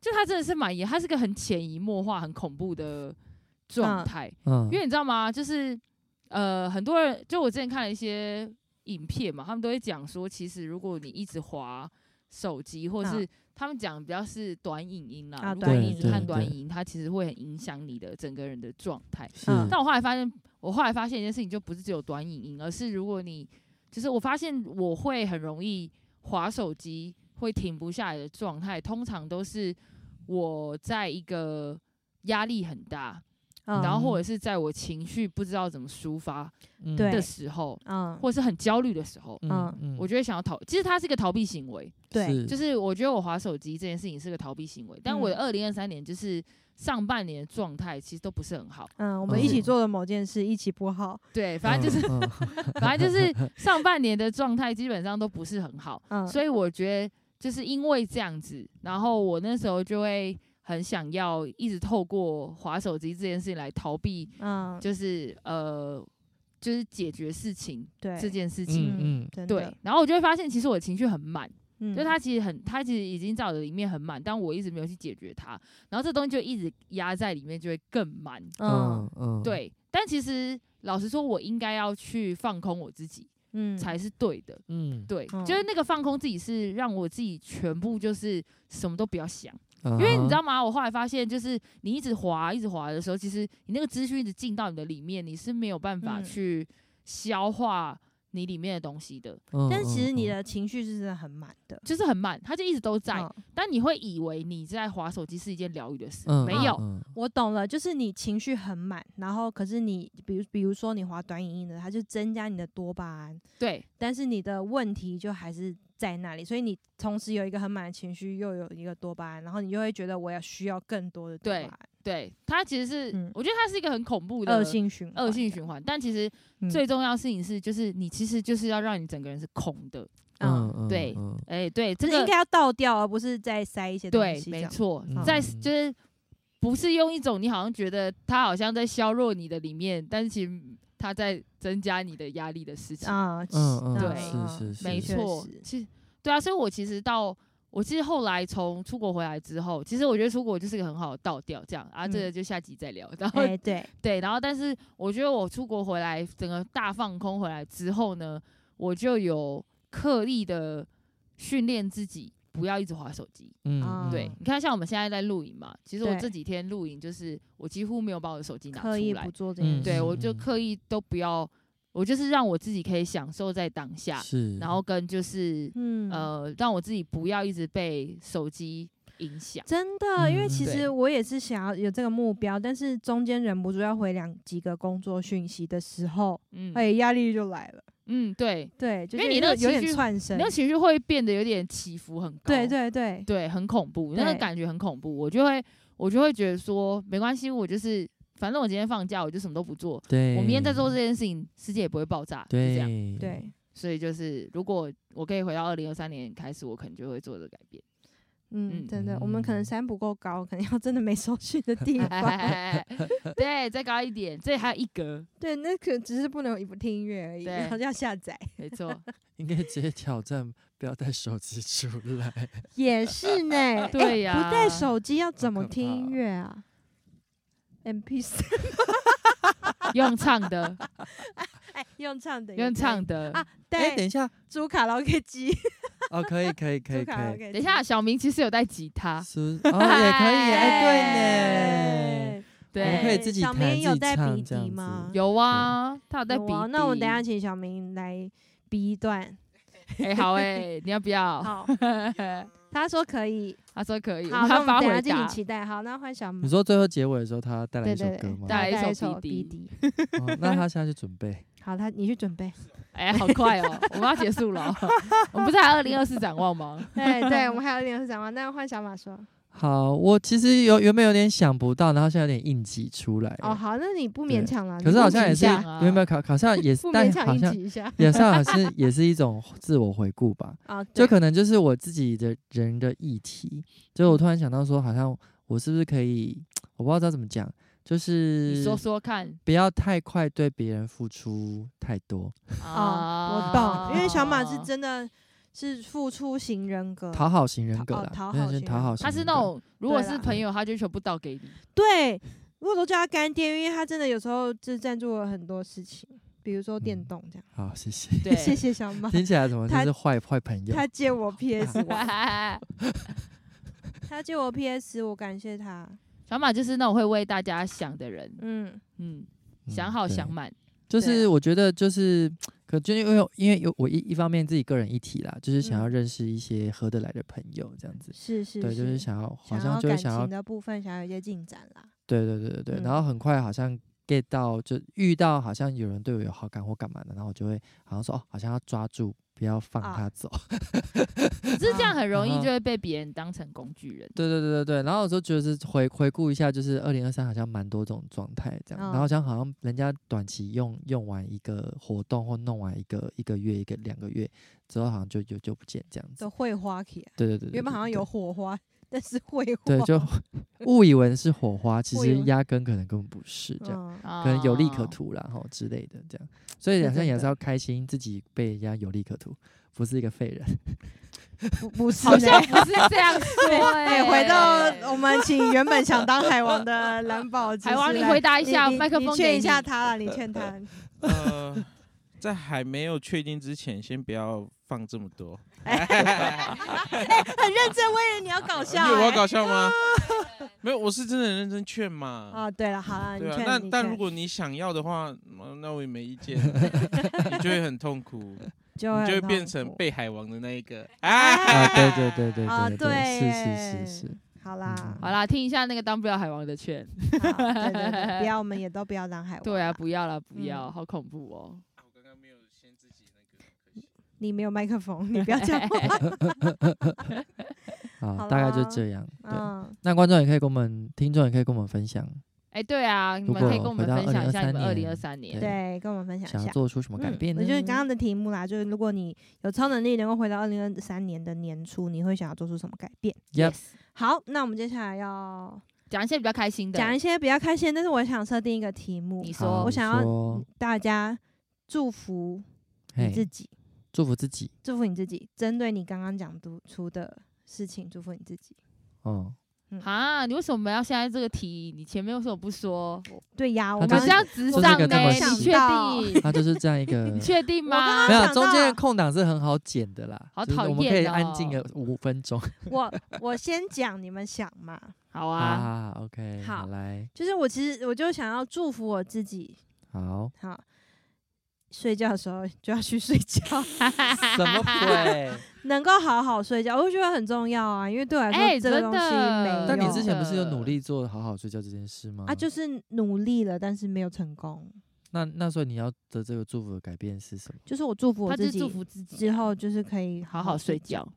Speaker 2: 就它真的是蛮严，它是个很潜移默化、很恐怖的
Speaker 1: 嗯
Speaker 2: 状态。
Speaker 3: 嗯，
Speaker 2: 因为你知道吗？就是呃，很多人就我之前看了一些影片嘛，他们都会讲说，其实如果你一直滑手机，或是、他们讲比较是短影音啦，
Speaker 1: 嗯啊
Speaker 2: 如果你
Speaker 1: 短
Speaker 2: 一
Speaker 1: 影
Speaker 2: 直看
Speaker 1: 音
Speaker 2: 短
Speaker 3: 对
Speaker 2: 影音，它其实会很影响你的整个人的状态。
Speaker 3: 是，
Speaker 1: 嗯
Speaker 2: 但我后来发现，我后来发现一件事情，就不是只有短影音，而是如果你就是我发现我会很容易滑手机会停不下来的状态，通常都是我在一个压力很大，
Speaker 1: 嗯
Speaker 2: 然后或者是在我情绪不知道怎么抒发
Speaker 3: 嗯
Speaker 1: 对
Speaker 2: 的时候，
Speaker 1: 嗯，
Speaker 2: 或者是很焦虑的时候，
Speaker 1: 嗯
Speaker 3: 嗯
Speaker 2: 我就会想要逃。其实它是一个逃避行为，
Speaker 1: 对，
Speaker 3: 是
Speaker 2: 就是我觉得我划手机这件事情是个逃避行为。但我
Speaker 1: 嗯
Speaker 2: 的二零二三年就是上半年的状态其实都不是很好，
Speaker 1: 嗯，我们一起做了某件事，一起不好，
Speaker 2: 对，反正就是
Speaker 3: 嗯嗯
Speaker 2: 反正就是上半年的状态基本上都不是很好，
Speaker 1: 嗯，
Speaker 2: 所以我觉得就是因为这样子，然后我那时候就会。很想要一直透过划手机这件事情来逃避，
Speaker 1: 嗯，
Speaker 2: 就是呃，就是解决事情
Speaker 1: 对，
Speaker 2: 这件事情。
Speaker 3: 嗯嗯，
Speaker 1: 真的
Speaker 2: 对，，然后我就会发现，其实我的情绪很满，
Speaker 1: 嗯，
Speaker 2: 就它其实很，它其实已经在我的里面很满，但我一直没有去解决它，然后这东西就一直压在里面，就会更满。
Speaker 1: 嗯
Speaker 3: 嗯嗯，，
Speaker 2: 对，但其实老实说，我应该要去放空我自己
Speaker 1: 嗯
Speaker 2: 才是对的。
Speaker 3: 嗯，
Speaker 2: 对，
Speaker 1: 嗯
Speaker 2: 就是那个放空自己，是让我自己全部就是什么都不要想，
Speaker 3: 因
Speaker 2: 因为你
Speaker 1: 嗯
Speaker 2: 知道吗？我后来发现，就是你一直滑、一直滑的时候，其实你那个资讯一直进到你的里面，你是没有办法
Speaker 1: 嗯
Speaker 2: 去消化你里面的东西的，
Speaker 3: 嗯，
Speaker 1: 但是其实你
Speaker 3: 嗯
Speaker 1: 的情绪是真的很满的，
Speaker 2: 就是很慢，它就一直都在。
Speaker 1: 嗯
Speaker 2: 但你会以为你在滑手机是一件疗愈的事，
Speaker 3: 嗯
Speaker 2: 没
Speaker 3: 嗯
Speaker 2: 有，
Speaker 3: 嗯
Speaker 1: 我懂了，就是你情绪很满，然后可是你，比如比如说你滑短影音的，它就增加你的多巴胺，
Speaker 2: 对
Speaker 1: 但是你的问题就还是在那里，所以你同时有一个很满的情绪，又有一个多巴胺，然后你就会觉得我要需要更多的多
Speaker 2: 对
Speaker 1: 巴
Speaker 2: 对，它其实是，
Speaker 1: 嗯
Speaker 2: 我觉得它是一个很恐怖
Speaker 1: 胺，
Speaker 2: 的
Speaker 1: 恶性循环，
Speaker 2: 恶性循环，但其实
Speaker 1: 嗯
Speaker 2: 最重要的事情是，就是你其实就是要让你整个人是空的，
Speaker 1: 嗯，
Speaker 3: 嗯，
Speaker 2: 对
Speaker 3: 嗯
Speaker 2: 哎、对，这
Speaker 1: 这
Speaker 2: 个
Speaker 1: 个应该要倒掉，而不是再塞一些东
Speaker 2: 对
Speaker 1: 西，，这
Speaker 2: 没
Speaker 1: 样，
Speaker 2: 错
Speaker 3: 嗯，
Speaker 2: 在就是不是用一种你好像觉得它好像在削弱你的里面，但是其实它在增加你的压力的事情，
Speaker 1: 啊，
Speaker 3: 嗯嗯，
Speaker 2: 对
Speaker 1: 嗯
Speaker 3: 是是是，
Speaker 2: 没
Speaker 1: 确
Speaker 2: 错
Speaker 1: 实，
Speaker 2: 其实对啊，所以我其实到。我其实后来从出国回来之后，其实我觉得出国就是一个很好的倒调，这样啊，这个
Speaker 1: 嗯
Speaker 2: 就下集再聊。然后
Speaker 1: 哎，对，
Speaker 2: 对，然后但是我觉得我出国回来，整个大放空回来之后呢，我就有刻意的训练自己不要一直划手机。
Speaker 3: 嗯，
Speaker 1: 啊
Speaker 3: 嗯
Speaker 2: 对，你看像我们现在在录影嘛，其实我
Speaker 1: 对
Speaker 2: 这几天录影就是我几乎没有把我的手机拿出
Speaker 1: 刻意
Speaker 2: 来
Speaker 1: 不，做这件
Speaker 3: 嗯
Speaker 1: 事，
Speaker 2: 对我就
Speaker 3: 嗯
Speaker 2: 刻意都不要，我就是让我自己可以享受在当下，
Speaker 3: 是，
Speaker 2: 然后跟就是、
Speaker 1: 嗯。
Speaker 2: 呃让我自己不要一直被手机影响。
Speaker 1: 真的，因为
Speaker 3: 嗯
Speaker 1: 其
Speaker 2: 对
Speaker 1: 实我也是想要有这个目标，但是中间忍不住要回两几个工作讯息的时候，
Speaker 2: 嗯
Speaker 1: 哎、压力就来了。
Speaker 2: 嗯，对，
Speaker 1: 对，就
Speaker 2: 因为
Speaker 1: 是
Speaker 2: 你那
Speaker 1: 有
Speaker 2: 个
Speaker 1: 有
Speaker 2: 情
Speaker 1: 点
Speaker 2: 绪
Speaker 1: 串
Speaker 2: 你
Speaker 1: 升
Speaker 2: 那，个哦情绪会变得有点起伏很高。
Speaker 1: 对对对，
Speaker 2: 对，很恐怖，那个
Speaker 1: 对
Speaker 2: 感觉很恐怖。我就会，我就会觉得说，没关系，我就是，反正我今天放假，我就什么都不做。
Speaker 3: 对，
Speaker 2: 我明天再做这，件事情，世界也不会爆炸，就
Speaker 3: 对，
Speaker 2: 这样。
Speaker 1: 对，
Speaker 2: 所以就是，如果我可以回到二零二三年开始，我可能就会做的改变。
Speaker 1: 嗯，
Speaker 2: 嗯
Speaker 1: 真的，我们可能
Speaker 3: 嗯
Speaker 1: 山不够高，可能要真的没收讯的地 方。
Speaker 2: 对，再高一点，这里还有一格，
Speaker 1: 对，那可只是不能不听音乐而已，
Speaker 2: 对
Speaker 1: 然后就要下 载。
Speaker 2: 没 错。
Speaker 3: 应该直接挑战，不要带手机出 来。
Speaker 1: 也是呢，哎
Speaker 2: 对呀
Speaker 1: 不带手机要怎么
Speaker 4: 可
Speaker 1: 听
Speaker 4: 怕
Speaker 3: 哦
Speaker 1: 音乐啊？MP 三，
Speaker 2: 用唱 的，
Speaker 1: 哎，用唱的也可以，
Speaker 2: 用唱的。
Speaker 1: 啊，
Speaker 3: 哎，等
Speaker 1: 带
Speaker 3: 一下，
Speaker 1: 租卡拉 OK 机，
Speaker 3: 哦，可以可以可
Speaker 1: 租
Speaker 3: 以
Speaker 1: 卡拉
Speaker 3: 可以，
Speaker 1: OK
Speaker 2: 等一下，小明其实有带吉他，
Speaker 3: 苏哦也可以耶，哎对呢，
Speaker 1: 哎对，
Speaker 3: 我们可
Speaker 2: 对
Speaker 3: 以，自己
Speaker 1: 小
Speaker 3: 弹
Speaker 1: 明
Speaker 3: 自
Speaker 1: 有
Speaker 3: 己
Speaker 1: 带
Speaker 3: 唱
Speaker 1: 笔
Speaker 3: 这
Speaker 1: 笛
Speaker 3: 样
Speaker 1: 吗？
Speaker 2: 有啊，他有带
Speaker 1: 有
Speaker 2: 笔、哦
Speaker 1: 啊那我等一下，请小明来比一段。
Speaker 2: 哎、 好哎、你要不要？
Speaker 1: 好，他说可以。
Speaker 2: 他说可以，
Speaker 1: 好，那
Speaker 2: 他
Speaker 1: 我们
Speaker 2: 哎发
Speaker 1: 等一
Speaker 2: 回
Speaker 1: 下敬
Speaker 2: 答
Speaker 1: 请。期待。好，那换小
Speaker 3: 你
Speaker 1: 明。
Speaker 3: 说最后结尾的时候，他带来
Speaker 1: 对
Speaker 3: 一首
Speaker 1: 对对
Speaker 3: 歌，吗？
Speaker 2: 带来一
Speaker 1: 一
Speaker 2: 首
Speaker 1: 首
Speaker 2: 比
Speaker 1: 笛。
Speaker 3: 哦那他现在去准备。
Speaker 1: 好，他你去准备。
Speaker 2: 哎、好快哦，我们要结束了哦。 我们不是还二零二四展望吗？
Speaker 1: 对 对，我们还有一点是什么？那换小马说。
Speaker 3: 好，我其实有原本有点想不到，然后现在有点应急出来。
Speaker 1: 哦，好，那你不勉强了。
Speaker 3: 哎可是好像也
Speaker 1: 你
Speaker 3: 是
Speaker 1: 不勉强
Speaker 2: 啊
Speaker 3: 没有没有，好好 像也是
Speaker 1: 不，勉
Speaker 3: 但
Speaker 1: 强
Speaker 3: 好
Speaker 1: 应
Speaker 3: 像
Speaker 1: 急一下
Speaker 3: 也是好像也是一种自我回顾吧。
Speaker 1: 啊，
Speaker 3: 就
Speaker 1: 对
Speaker 3: 可能就是我自己的人的议题，就
Speaker 1: 嗯
Speaker 3: 我突然想到说，好像我是不是可以，我不知道怎么讲，就
Speaker 2: 你
Speaker 3: 是
Speaker 2: 说说看
Speaker 3: 不要太快对别人付出太多，
Speaker 1: 哦，
Speaker 2: 啊
Speaker 1: 我懂，因为小马是，真的是付出型人格，
Speaker 3: 讨好型人
Speaker 1: 讨
Speaker 3: 格
Speaker 1: 哦
Speaker 3: 啦，
Speaker 1: 讨
Speaker 3: 真的
Speaker 1: 好
Speaker 3: 是
Speaker 1: 型
Speaker 3: 讨
Speaker 1: 人
Speaker 3: 好
Speaker 1: 格
Speaker 3: 型人格，
Speaker 2: 他是那种如果
Speaker 1: 对
Speaker 2: 是
Speaker 1: 啦
Speaker 2: 朋友，他就全部倒给你。
Speaker 1: 对，我都叫他干爹，因为他真的有时候就赞助我很多事情，比如说电
Speaker 3: 嗯
Speaker 1: 动这样。
Speaker 3: 好，谢谢，
Speaker 2: 对，啊
Speaker 1: 谢 谢小马，
Speaker 3: 听起来怎么就
Speaker 1: 他
Speaker 3: 是坏坏朋友？
Speaker 1: 他借我 PS，
Speaker 2: 小
Speaker 1: 他借我 PS，我感谢他。
Speaker 2: 马就是那种会为大家想的人，
Speaker 1: 嗯，
Speaker 2: 嗯，
Speaker 3: 嗯
Speaker 2: 想好
Speaker 3: 对
Speaker 2: 想满，
Speaker 3: 就
Speaker 1: 对
Speaker 3: 是我觉得就是，可就因为因为有我一一方面自己个人议题啦，就是想要
Speaker 1: 嗯
Speaker 3: 认识一些合得来的朋友这样子，
Speaker 1: 是是
Speaker 3: 对，就是想要好像
Speaker 1: 要
Speaker 3: 就
Speaker 1: 感
Speaker 3: 是想要
Speaker 1: 情的部分想要有一些进展啦。
Speaker 3: 对对对对对，
Speaker 1: 嗯
Speaker 3: 然后很快好像 get 到，就遇到好像有人对我有好感或干嘛的，然后我就会好像说哦，好像要抓住，不要放
Speaker 1: 啊
Speaker 3: 他走。
Speaker 2: 可是这样很容易
Speaker 3: 嗯哼
Speaker 2: 就会被别人当成工具人。
Speaker 3: 对对对对对，然后我就觉得是回回顾一下，就是二零二三好像蛮多种状态这样，然
Speaker 1: 嗯
Speaker 3: 后好像好像人家短期用用完一个活动或弄完一个一个月一个两个月之后，好像就就就不见这样子
Speaker 1: 都。会花起来，
Speaker 3: 对对对对，
Speaker 1: 原本
Speaker 3: 对
Speaker 1: 好像
Speaker 3: 对
Speaker 1: 有火花，但是会火，
Speaker 3: 对，就 误以为是火花，其
Speaker 1: 误以
Speaker 3: 实
Speaker 1: 为
Speaker 3: 压根可能根本不是这样，
Speaker 1: 嗯
Speaker 2: 可
Speaker 3: 可能有利可。图啦，吼之类的这样。所以
Speaker 1: 是
Speaker 3: 好像
Speaker 1: 真
Speaker 3: 也
Speaker 1: 的
Speaker 3: 是要开心自己被人家有利可图，不是一个废人。
Speaker 1: 不不是
Speaker 2: 好
Speaker 1: 呢，
Speaker 2: 像不是这样说、
Speaker 1: 哎、
Speaker 2: 欸。
Speaker 1: 回到我们请原本想当海王的蓝宝执事来，
Speaker 2: 海王你回答一下
Speaker 1: 你你
Speaker 2: 麦克
Speaker 1: 你
Speaker 2: 风给
Speaker 1: 劝一
Speaker 2: 你
Speaker 1: 下他啦，你劝他。
Speaker 4: 呃，在还没有确定之前，先不要放这么多。
Speaker 1: 很认真，为了你要搞笑、
Speaker 4: 你以为我要
Speaker 1: 哎
Speaker 4: 搞笑 吗？没有，我是真的很认真劝嘛。
Speaker 1: 哦，对了，好了，你
Speaker 4: 对啊
Speaker 1: 劝，，
Speaker 4: 那
Speaker 1: 你
Speaker 4: 但
Speaker 1: 劝
Speaker 4: 如果你想要的话，嗯那我也没意见，你就会很痛苦，
Speaker 1: 就啊
Speaker 4: 你就会
Speaker 1: 很
Speaker 4: 变
Speaker 1: 痛
Speaker 4: 成
Speaker 1: 苦
Speaker 4: 被海王的那一个。
Speaker 1: 哎
Speaker 3: 啊，对对对对
Speaker 1: 啊
Speaker 3: 对对，
Speaker 1: 对
Speaker 3: 是是是是，
Speaker 1: 好啦，
Speaker 3: 嗯
Speaker 2: 好啦，听一下那个当不了海王的劝。
Speaker 1: 好对对对，不要，我们也都不要当海王。
Speaker 2: 对啊，，不要啦，不要，
Speaker 1: 嗯
Speaker 2: 好恐怖哦。
Speaker 1: 你没有麦克风，你不要讲话。
Speaker 3: 好，
Speaker 1: 好
Speaker 3: 啊大概就
Speaker 1: 啦
Speaker 3: 这样。对，
Speaker 1: 嗯，
Speaker 3: 那观众也可以跟我们，听众也可以跟我们分享，
Speaker 2: 哎、对啊，你们
Speaker 3: 如
Speaker 2: 可以跟
Speaker 3: 果
Speaker 2: 我们
Speaker 3: 回到
Speaker 2: 分享一下你们二
Speaker 3: 2023
Speaker 2: 零
Speaker 3: 年
Speaker 2: 二三年。
Speaker 3: 对
Speaker 1: 对，跟我们分享
Speaker 3: 想
Speaker 1: 一
Speaker 3: 要
Speaker 1: 下。
Speaker 3: 做出什么改
Speaker 2: 嗯
Speaker 3: 变
Speaker 1: 我
Speaker 3: 呢？
Speaker 1: 就是刚刚的题目啦，就是如果你有超能力能够回到二零二三年的年初，你会想要做出什么改变？
Speaker 3: Yep，
Speaker 1: 好，那我们接下来要
Speaker 2: 讲一些比较开心的。
Speaker 1: 讲一些比较开心的，但是我想设定一个题目，
Speaker 2: 你说
Speaker 3: 好
Speaker 1: 我
Speaker 3: 你
Speaker 1: 想要嗯
Speaker 3: 说
Speaker 1: 大家祝福你
Speaker 3: 嘿
Speaker 1: 自己，
Speaker 3: 祝福自己，
Speaker 1: 祝福你自己，针对你刚刚讲读出的事情，祝福你自己。
Speaker 3: 哦，
Speaker 1: 嗯
Speaker 2: 啊，你为什么要现在这个题？你前面为什么不说？
Speaker 1: 对呀，我
Speaker 3: 他
Speaker 2: 我
Speaker 1: 们
Speaker 3: 啊
Speaker 2: 们
Speaker 3: 就是
Speaker 2: 是要直
Speaker 3: 就是
Speaker 2: 上
Speaker 3: 个
Speaker 2: 呢、
Speaker 3: 这么
Speaker 2: 你
Speaker 3: 细
Speaker 2: 确
Speaker 1: 到
Speaker 2: 定？
Speaker 3: 它就是这样 一个
Speaker 2: 你。确定
Speaker 1: 我
Speaker 2: 吗？
Speaker 1: 刚
Speaker 3: 没有啊
Speaker 1: 想，
Speaker 3: 中间
Speaker 1: 到
Speaker 3: 的空档是很好剪的啦，
Speaker 2: 好
Speaker 3: 就是
Speaker 2: 讨
Speaker 3: 我们可以
Speaker 2: 厌
Speaker 3: 安静
Speaker 2: 哦
Speaker 3: 个五分钟。
Speaker 1: 我我先讲，你们想嘛？
Speaker 2: 好
Speaker 3: 好
Speaker 2: 啊，
Speaker 3: 好好，OK，
Speaker 1: 好
Speaker 3: 来，
Speaker 1: 就是我其实我就想要祝福我自己，
Speaker 3: 好，
Speaker 1: 好，睡觉的时候就要去睡觉，
Speaker 3: 啊 什么 鬼？
Speaker 1: 能够好好睡觉，我觉得很重要啊，因为对我来
Speaker 2: 哎
Speaker 1: 说这个
Speaker 2: 真
Speaker 1: 东西
Speaker 2: 的
Speaker 1: 没有。
Speaker 3: 但你
Speaker 2: 有
Speaker 3: 之前不是有努
Speaker 2: 的
Speaker 3: 力做好好睡觉这件事吗？
Speaker 1: 啊，就是努力了，但是没有成功，
Speaker 3: 那那所以你要的这个祝福的改变是什么？
Speaker 1: 就是我祝福我
Speaker 2: 他就
Speaker 1: 自
Speaker 2: 是
Speaker 1: 己
Speaker 2: 祝福啊自己
Speaker 1: 之后，就是可以
Speaker 2: 好好
Speaker 1: 好
Speaker 2: 睡
Speaker 1: 觉。
Speaker 2: 觉。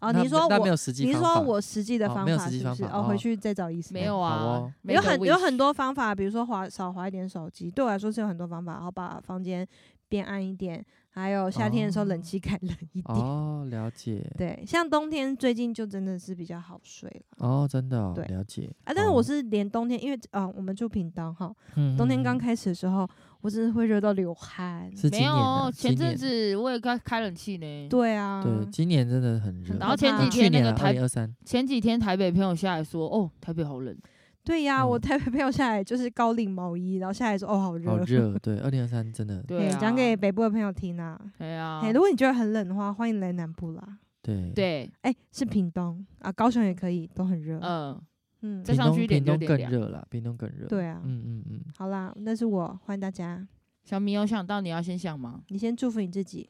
Speaker 1: 哦，
Speaker 3: 那
Speaker 1: 你说
Speaker 3: 那没
Speaker 1: 我，
Speaker 3: 有实际
Speaker 1: 你是
Speaker 3: 方法，
Speaker 1: 说我实际的
Speaker 3: 哦
Speaker 1: 方
Speaker 3: 没有
Speaker 1: 法
Speaker 3: 实际
Speaker 1: 是不是？
Speaker 3: 方法
Speaker 1: 哦，回
Speaker 3: 哦
Speaker 1: 去再找医生。
Speaker 2: 没有啊，
Speaker 3: 好哦
Speaker 2: 没
Speaker 1: 有
Speaker 2: 个
Speaker 1: 很
Speaker 2: wish
Speaker 1: 有很多方法，比如说划少划一点手机，对我来说是有很多方法，然后把房间变暗一点，还有夏天的时候冷
Speaker 3: 哦
Speaker 1: 气开冷一点。
Speaker 3: 哦，了解，
Speaker 1: 对，像冬天最近就真的是比较好睡了
Speaker 3: 哦，真的、哦，
Speaker 1: 对
Speaker 3: 了解
Speaker 1: 啊，但是我
Speaker 3: 哦
Speaker 1: 是连冬天，因为啊、呃我们住屏东哈，
Speaker 3: 嗯
Speaker 1: 冬
Speaker 3: 嗯
Speaker 1: 天刚
Speaker 3: 嗯
Speaker 1: 开始的时候，我真的会热到流汗。
Speaker 3: 是今
Speaker 2: 没
Speaker 3: 年
Speaker 2: 有
Speaker 3: 啊
Speaker 2: 哦，
Speaker 3: 今
Speaker 2: 前阵
Speaker 3: 年
Speaker 2: 子我也开开冷气呢。
Speaker 1: 对啊，
Speaker 3: 对，今年真的很热。
Speaker 1: 然
Speaker 2: 后前
Speaker 1: 几
Speaker 3: 嗯去
Speaker 2: 天那
Speaker 3: 年
Speaker 2: 个
Speaker 3: 二
Speaker 2: 台
Speaker 3: 零二三，
Speaker 2: 前几天台北朋友下来说，哦，台北好冷，
Speaker 1: 对呀、我
Speaker 3: 嗯
Speaker 1: 台北朋友下来就是高领毛衣，然后下来说哦好热，
Speaker 3: 好热，对，二零二三真的
Speaker 2: 对
Speaker 1: 嘿
Speaker 2: 啊，
Speaker 1: 讲给北部的朋友听啊。
Speaker 2: 对啊
Speaker 1: 哎、，如果你觉得很冷的话，欢迎来南部啦。
Speaker 3: 对。
Speaker 2: 对，
Speaker 1: 哎、是屏东啊，高雄也可以，都很热。
Speaker 2: 嗯，
Speaker 1: 嗯，
Speaker 2: 再
Speaker 3: 屏
Speaker 2: 上
Speaker 3: 东
Speaker 2: 去一
Speaker 3: 屏
Speaker 2: 点就有
Speaker 3: 东
Speaker 2: 点
Speaker 3: 更
Speaker 2: 凉
Speaker 3: 热了，屏东更热。
Speaker 1: 对啊，
Speaker 3: 嗯嗯嗯，
Speaker 1: 好啦，那是我，欢迎大家。
Speaker 2: 小明有想到你要先想吗？
Speaker 1: 你先祝福你自己。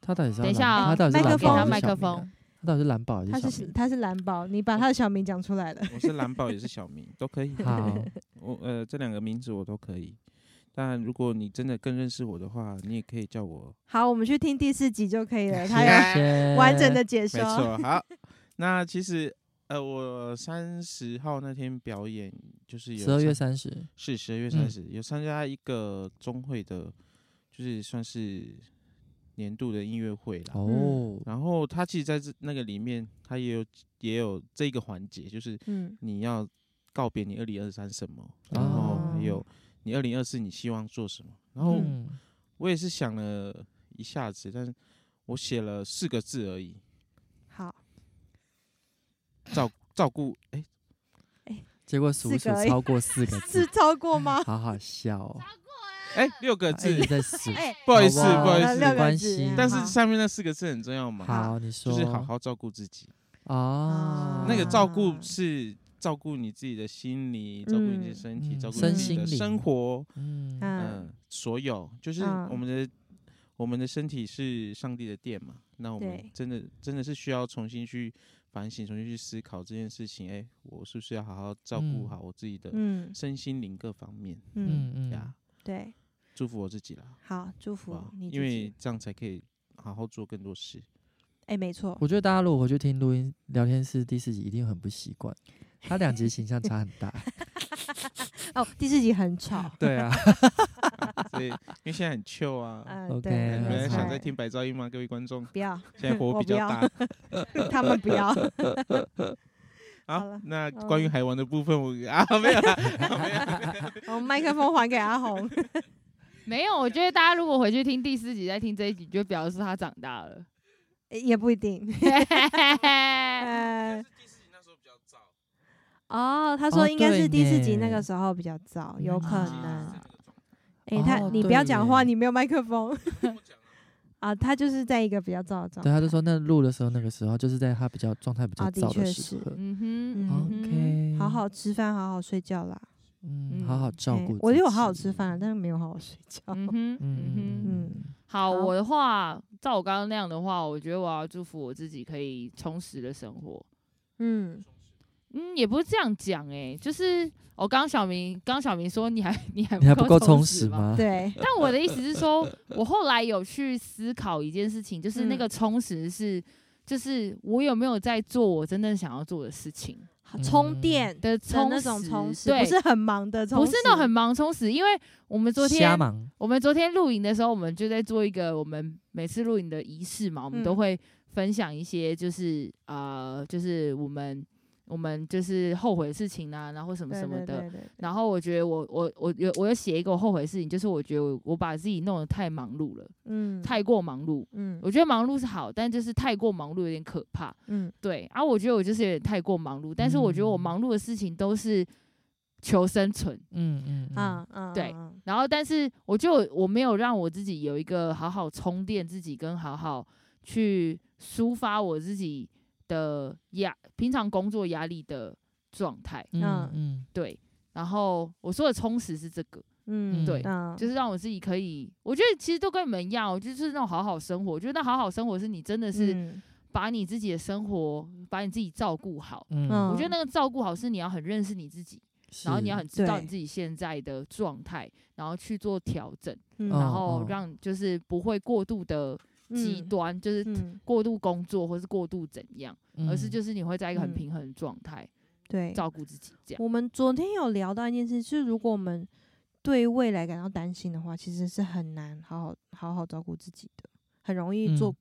Speaker 3: 他到底是要
Speaker 2: 等一下
Speaker 3: 蓝
Speaker 2: 啊
Speaker 3: 他到底是
Speaker 1: 麦克
Speaker 3: 蓝
Speaker 2: 给
Speaker 1: 风
Speaker 2: 他麦克
Speaker 3: 宝还是小明啊
Speaker 2: 风，
Speaker 3: 他到底是蓝宝还
Speaker 1: 他
Speaker 3: 是小
Speaker 1: 是
Speaker 3: 明？
Speaker 1: 他是蓝宝，你把他的小名讲出来了。
Speaker 4: 我是蓝宝，也是小明，都可以。
Speaker 3: 好，
Speaker 4: 我呃，这两个名字我都可以。当然，如果你真的更认识我的话，你也可以叫我。
Speaker 1: 好，我们去听第四集就可以 了，他有
Speaker 3: 谢谢
Speaker 1: 完整的解
Speaker 4: 没
Speaker 1: 说。
Speaker 4: 错，好。那其实呃，我三十号那天表演就是有
Speaker 3: 十二月
Speaker 4: 参
Speaker 3: 三十，
Speaker 4: 是十二月
Speaker 3: 嗯
Speaker 4: 三十、有参加一个中会的，就是算是年度的音乐会啦。
Speaker 3: 哦，
Speaker 4: 然后他其实在这那个里面，他也有也有这个环节，就是
Speaker 1: 嗯，
Speaker 4: 你要告别你二零二三什么，然后
Speaker 3: 哦
Speaker 4: 还有你二零二四你希望做什么。然后
Speaker 3: 嗯
Speaker 4: 我也是想了一下子，但是我写了四个字而已，
Speaker 1: 好，
Speaker 4: 照照顾。哎、
Speaker 3: 结果数
Speaker 1: 四
Speaker 3: 数
Speaker 1: 个而已
Speaker 3: 超过四个字
Speaker 1: 是，超过吗？
Speaker 3: 好好笑哦，
Speaker 4: 哎、六个
Speaker 3: 他一
Speaker 4: 字
Speaker 3: 直，在数。
Speaker 1: 哎，
Speaker 4: 不好意思，
Speaker 3: 好
Speaker 4: 不
Speaker 3: 吧
Speaker 4: 好意
Speaker 1: 那
Speaker 3: 那
Speaker 1: 六
Speaker 3: 没
Speaker 4: 思。
Speaker 1: 个
Speaker 3: 关
Speaker 1: 字
Speaker 3: 系，
Speaker 4: 但
Speaker 1: 好
Speaker 4: 是上面那四个字很重要嘛，
Speaker 3: 好，你说
Speaker 4: 就是好好照顾自己。
Speaker 3: 啊，
Speaker 4: 那个照顾
Speaker 1: 啊
Speaker 4: 是照顾你自己的心理，照顾你
Speaker 1: 嗯
Speaker 4: 的身体，
Speaker 3: 嗯
Speaker 4: 照顾
Speaker 1: 身
Speaker 4: 你自己的
Speaker 3: 心
Speaker 4: 生
Speaker 3: 灵
Speaker 4: 活，
Speaker 3: 嗯
Speaker 1: 嗯，
Speaker 4: 嗯，所有就是
Speaker 1: 嗯
Speaker 4: 我们的、我们的身体是上帝的殿嘛，那我
Speaker 1: 对
Speaker 4: 们真的真的是需要重新去反省，重新去思考这件事情。哎、我是不是要好好照顾
Speaker 3: 嗯
Speaker 4: 好我自己的
Speaker 1: 嗯
Speaker 4: 身心灵各方面
Speaker 1: 嗯，
Speaker 3: 嗯嗯
Speaker 4: 呀，？
Speaker 1: 对，
Speaker 4: 祝福我自己啦，
Speaker 1: 好，祝
Speaker 4: 好不
Speaker 1: 福
Speaker 4: 好
Speaker 1: 你自
Speaker 4: 因为
Speaker 1: 己。
Speaker 4: 这样才可以好好做更 多事。
Speaker 1: 哎，没错，
Speaker 3: 嗯我觉得大家如果回去听录音聊天室第四集，一定很不习惯，他 两集形象差很大。
Speaker 1: 哦，第四集很吵，
Speaker 3: 对啊，
Speaker 4: 所以因为现在很 chill 啊。
Speaker 1: 嗯，
Speaker 3: OK，
Speaker 1: 对，
Speaker 4: 你
Speaker 3: 嗯
Speaker 4: 们
Speaker 1: 没
Speaker 4: 想
Speaker 1: 错
Speaker 4: 再听白噪音吗？各位观众，
Speaker 1: 不要，
Speaker 4: 现在火
Speaker 1: 我
Speaker 4: 比
Speaker 1: 不
Speaker 4: 较
Speaker 1: 要
Speaker 4: 大。
Speaker 1: 他们不要。好
Speaker 4: 好
Speaker 1: 了，
Speaker 4: 那
Speaker 1: 嗯
Speaker 4: 关于海王的部分，我 啊没有啦，
Speaker 1: 我们麦克风还给阿红。
Speaker 2: 没有，我觉得大家如果回去听第四集再听这一集，就表示他长大了。
Speaker 1: 也不一定。
Speaker 3: 啊
Speaker 1: 呃，哦，他说
Speaker 3: 哦
Speaker 1: 应该是
Speaker 3: 对
Speaker 1: 第四
Speaker 3: 呢
Speaker 1: 集那个时候比较早，有可能
Speaker 3: 啊。
Speaker 1: 诶，他
Speaker 3: 哦
Speaker 1: 你不要
Speaker 3: 对
Speaker 1: 讲话，
Speaker 3: 耶
Speaker 1: 你没有麦克风。啊，他就是在一个比较早的状
Speaker 3: 对，
Speaker 1: 态。
Speaker 3: 他就说那录的时候，那个时候就是在他比较状态比较
Speaker 1: 啊的
Speaker 3: 糟
Speaker 1: 确
Speaker 3: 的时
Speaker 1: 是
Speaker 3: 刻。
Speaker 2: 嗯哼，
Speaker 1: 嗯
Speaker 2: 嗯
Speaker 3: OK，
Speaker 1: 好，好吃饭，好好睡觉啦。
Speaker 3: 嗯，好好
Speaker 2: 嗯
Speaker 3: 照
Speaker 1: 诶
Speaker 3: 顾。
Speaker 1: 我有好好吃，饭啊，但是没有好好睡觉。
Speaker 2: 哼，嗯哼，嗯哼。
Speaker 3: 嗯
Speaker 1: 嗯
Speaker 2: 好，
Speaker 1: 好
Speaker 2: 我的话，照我刚刚那样的话，我觉得我要祝福我自己可以充实的生活。
Speaker 1: 嗯，
Speaker 2: 嗯，也不是这样讲诶、就是我刚刚小明，刚刚小明说你还你还
Speaker 3: 你还不够充
Speaker 2: 充
Speaker 3: 实
Speaker 2: 吗？
Speaker 3: 吗？
Speaker 1: 对，
Speaker 2: 但我的意思是说，我后来有去思考一件事情，就是
Speaker 1: 嗯
Speaker 2: 那个充实是，就是我有没有在做我真正想要做的事情
Speaker 1: 好充
Speaker 3: 嗯
Speaker 1: 电的
Speaker 2: 的充
Speaker 1: 那种充实，
Speaker 2: 对，
Speaker 1: 不是很忙的充实，
Speaker 2: 不是那种很忙充实，因为我们昨
Speaker 3: 瞎
Speaker 2: 天
Speaker 3: 忙，
Speaker 2: 我们昨天露营的时候，我们就在做一个我们每次露营的仪式嘛，我们都
Speaker 1: 嗯
Speaker 2: 会分享一些就是呃，就是我们我们就是后悔的事情啊，然后什么
Speaker 1: 对
Speaker 2: 什么的。
Speaker 1: 对对对对
Speaker 2: 然后我觉得我我我有我有写一个我后悔的事情，就是我觉得我我把自己弄得太忙碌了，
Speaker 1: 嗯，
Speaker 2: 太过忙碌。
Speaker 1: 嗯
Speaker 2: 我觉得忙碌是好，但就是太过忙碌有点可怕。
Speaker 1: 嗯
Speaker 2: 对啊，我觉得我就是有点太过忙碌，但是我觉得我
Speaker 3: 嗯
Speaker 2: 忙碌的事情都是求生存。
Speaker 3: 嗯嗯嗯
Speaker 1: 啊啊，
Speaker 2: 对
Speaker 1: 啊
Speaker 2: 然后，但是我就我没有让我自己有一个好好充电自己，跟好好去抒发我自己的压平常工作压力的状态。
Speaker 3: 嗯
Speaker 1: 嗯
Speaker 3: 嗯，
Speaker 2: 对，然后我说的充实是这个，
Speaker 1: 嗯，
Speaker 2: 对
Speaker 1: 嗯
Speaker 2: 就是让我自己可以，我觉得其实都跟你们一样，我哦就是那种好好生活。我觉得好好生活是你真的是
Speaker 1: 嗯
Speaker 2: 把你自己的生活，把你自己照顾好。
Speaker 3: 嗯，
Speaker 2: 我觉得那个照顾好是你要很认识你自己，然后你要很知道你
Speaker 1: 对
Speaker 2: 自己现在的状态，然后去做调整。
Speaker 1: 嗯
Speaker 3: 哦
Speaker 2: 然
Speaker 3: 哦
Speaker 2: 后让就是不会过度的极
Speaker 1: 嗯
Speaker 2: 端，就是
Speaker 1: 嗯，
Speaker 2: 过度工作或是过度怎样，而是
Speaker 3: 嗯
Speaker 2: 就是你会在一个很
Speaker 1: 嗯
Speaker 2: 平衡的状态、
Speaker 1: 对。
Speaker 2: 照顾自己这样。
Speaker 1: 我们昨天有聊到一件事，就是如果我们对未来感到担心的话，其实是很难好好好好照顾自己的，很容易做
Speaker 3: 嗯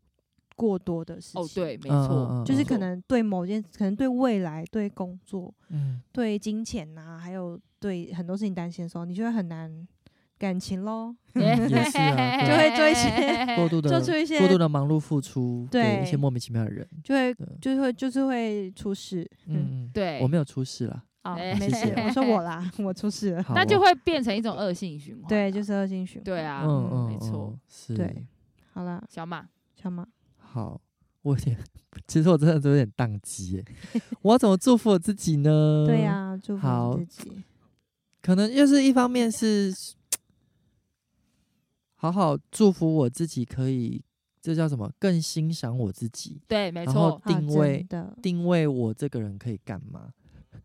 Speaker 1: 过多的事情。
Speaker 2: 哦，，对，没
Speaker 3: 嗯
Speaker 2: 错，
Speaker 3: 嗯嗯
Speaker 1: 就是
Speaker 3: 嗯
Speaker 1: 可 能对某件，可能对未来、对工作、
Speaker 3: 嗯
Speaker 1: 对金钱呐、还有对很多事情担心的时候，你就会很难感情咯，
Speaker 3: 嗯也是 啊
Speaker 1: 就会做一
Speaker 3: 过度的
Speaker 1: 做出一些
Speaker 3: 过度的忙碌付出，给一些
Speaker 1: 对
Speaker 3: 莫名其妙的人，
Speaker 1: 就会
Speaker 3: 对
Speaker 1: 就会就是会出事。嗯，
Speaker 3: 嗯嗯，
Speaker 2: 对，
Speaker 3: 我没有出事啦，
Speaker 1: 啊、
Speaker 2: 哎
Speaker 1: 没事，我说我啦，我出事了。
Speaker 3: 好
Speaker 2: 那
Speaker 3: 哦
Speaker 2: 就会变成一种恶性循环啊。
Speaker 1: 对，就是恶性循环。
Speaker 2: 对啊，
Speaker 3: 嗯
Speaker 1: 嗯
Speaker 3: 嗯，
Speaker 2: 没错
Speaker 3: 嗯，是，
Speaker 1: 对好啦，
Speaker 2: 小马，
Speaker 1: 小马，
Speaker 3: 好，我有点， 其实我真的都有点宕机耶，我要怎么祝福我自己呢？
Speaker 1: 对呀、祝福
Speaker 3: 嗯好
Speaker 1: 你自己。
Speaker 3: 可能就是一方面是好好祝福我自己，可以这叫什么？更欣赏我自己，
Speaker 2: 对，没
Speaker 3: 然后
Speaker 2: 错，
Speaker 1: 啊
Speaker 3: 定位
Speaker 1: 真的，
Speaker 3: 定位我这个人可以干嘛？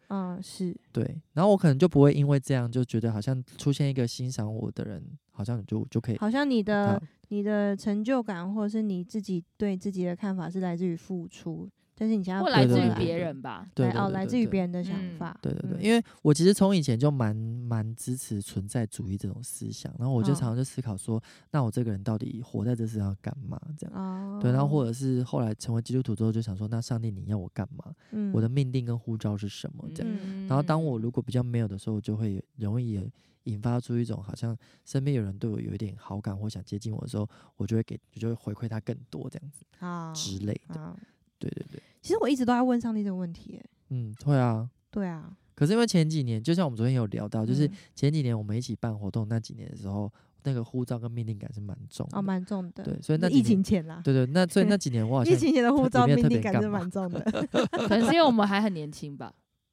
Speaker 1: 嗯，是，
Speaker 3: 对，然后我可能就不会因为这样就觉得好像出现一个欣赏我的人，好像就就可以
Speaker 1: 好像你
Speaker 3: 到
Speaker 1: 的你的成就感，或者是你自己对自己的看法，是来自于付出，但是你现在
Speaker 2: 或
Speaker 1: 回
Speaker 2: 来
Speaker 3: 对
Speaker 2: 自
Speaker 3: 对
Speaker 2: 于
Speaker 3: 对
Speaker 2: 别
Speaker 3: 对
Speaker 2: 人吧。
Speaker 3: 对
Speaker 1: 来哦，来自于别
Speaker 3: 人。
Speaker 1: 人的想
Speaker 2: 嗯
Speaker 1: 法，
Speaker 3: 对对对，
Speaker 1: 嗯
Speaker 3: 因为我其实从以前就蛮蛮支持存在主义这种思想，然后我就
Speaker 1: 嗯
Speaker 3: 常常就思考说，那我这个人到底活在这世上干嘛？这样。
Speaker 1: 哦，
Speaker 3: 对，然后或者是后来成为基督徒之后，就想说，那上帝你要我干嘛？
Speaker 1: 嗯
Speaker 3: 我的命定跟呼召是什么？这样。
Speaker 2: 嗯
Speaker 3: 然后当我如果比较没有的时候，我就会容易也引发出一种好像身边有人对我有一点好感或想接近我的时候，我就会给，我就会回馈他更多这样子
Speaker 1: 啊
Speaker 3: 之类的。
Speaker 1: 啊，
Speaker 3: 对对对，
Speaker 1: 其实我一直都在问上帝这个问题耶，
Speaker 3: 嗯，会啊。
Speaker 1: 对啊，
Speaker 3: 可是因为前几年，就像我们昨天有聊到，哦就是
Speaker 1: 嗯
Speaker 3: 前几年我们一起办活动那几年的时候，那个呼召跟命定感是蛮重的。
Speaker 1: 哦，蛮重的，
Speaker 3: 对所以那
Speaker 1: 疫
Speaker 3: 几年
Speaker 1: 情前啦，
Speaker 3: 对哦对，那所以那几年我好像
Speaker 1: 疫情前的护
Speaker 3: 里
Speaker 1: 照
Speaker 3: 面
Speaker 1: 命
Speaker 3: 特
Speaker 1: 令
Speaker 3: 别
Speaker 1: 感
Speaker 3: 干
Speaker 1: 真的
Speaker 3: 嘛哦
Speaker 1: 蛮重 的，
Speaker 2: 可能是因为我们还很年轻吧。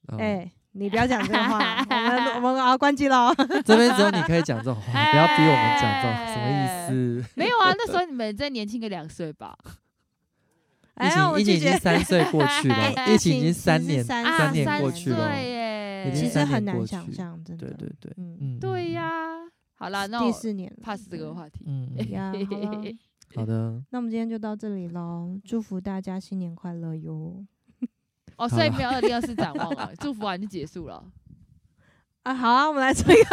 Speaker 3: 嗯
Speaker 1: 哎，你不要讲这个话，我 们我们啊关机喽，
Speaker 3: 这边只有你可以讲这种话，不要逼我们讲这种话，什么意思？
Speaker 2: 没有啊，那时候你们再年轻个两岁吧。
Speaker 3: 疫
Speaker 1: 哎呀，
Speaker 3: 情
Speaker 1: 我
Speaker 3: 疫情
Speaker 1: 拒
Speaker 3: 已
Speaker 1: 绝
Speaker 3: 经，三岁过去了，疫情已经三
Speaker 1: 其实
Speaker 3: 年
Speaker 1: 是，三
Speaker 2: 啊，
Speaker 3: 三年过去了
Speaker 2: 岁耶，
Speaker 3: 已经
Speaker 1: 其实
Speaker 3: 三年
Speaker 1: 很
Speaker 3: 过
Speaker 1: 难
Speaker 3: 去
Speaker 1: 想象，真的，
Speaker 3: 对对对，
Speaker 1: 嗯，
Speaker 3: 嗯，
Speaker 2: 对呀、好啦，那
Speaker 1: 第
Speaker 2: 我
Speaker 1: 四年了
Speaker 2: pass 这个，话题。
Speaker 3: 嗯，嗯，嗯
Speaker 1: 哎 呀，好啦
Speaker 3: 好的，
Speaker 1: 那我们今天就到这里喽，祝福大家新年快乐哟！
Speaker 2: 哦，所以
Speaker 3: 好
Speaker 2: 没有二零二四展望了，祝福完就结束了。
Speaker 1: 啊，好啊，我们来做一个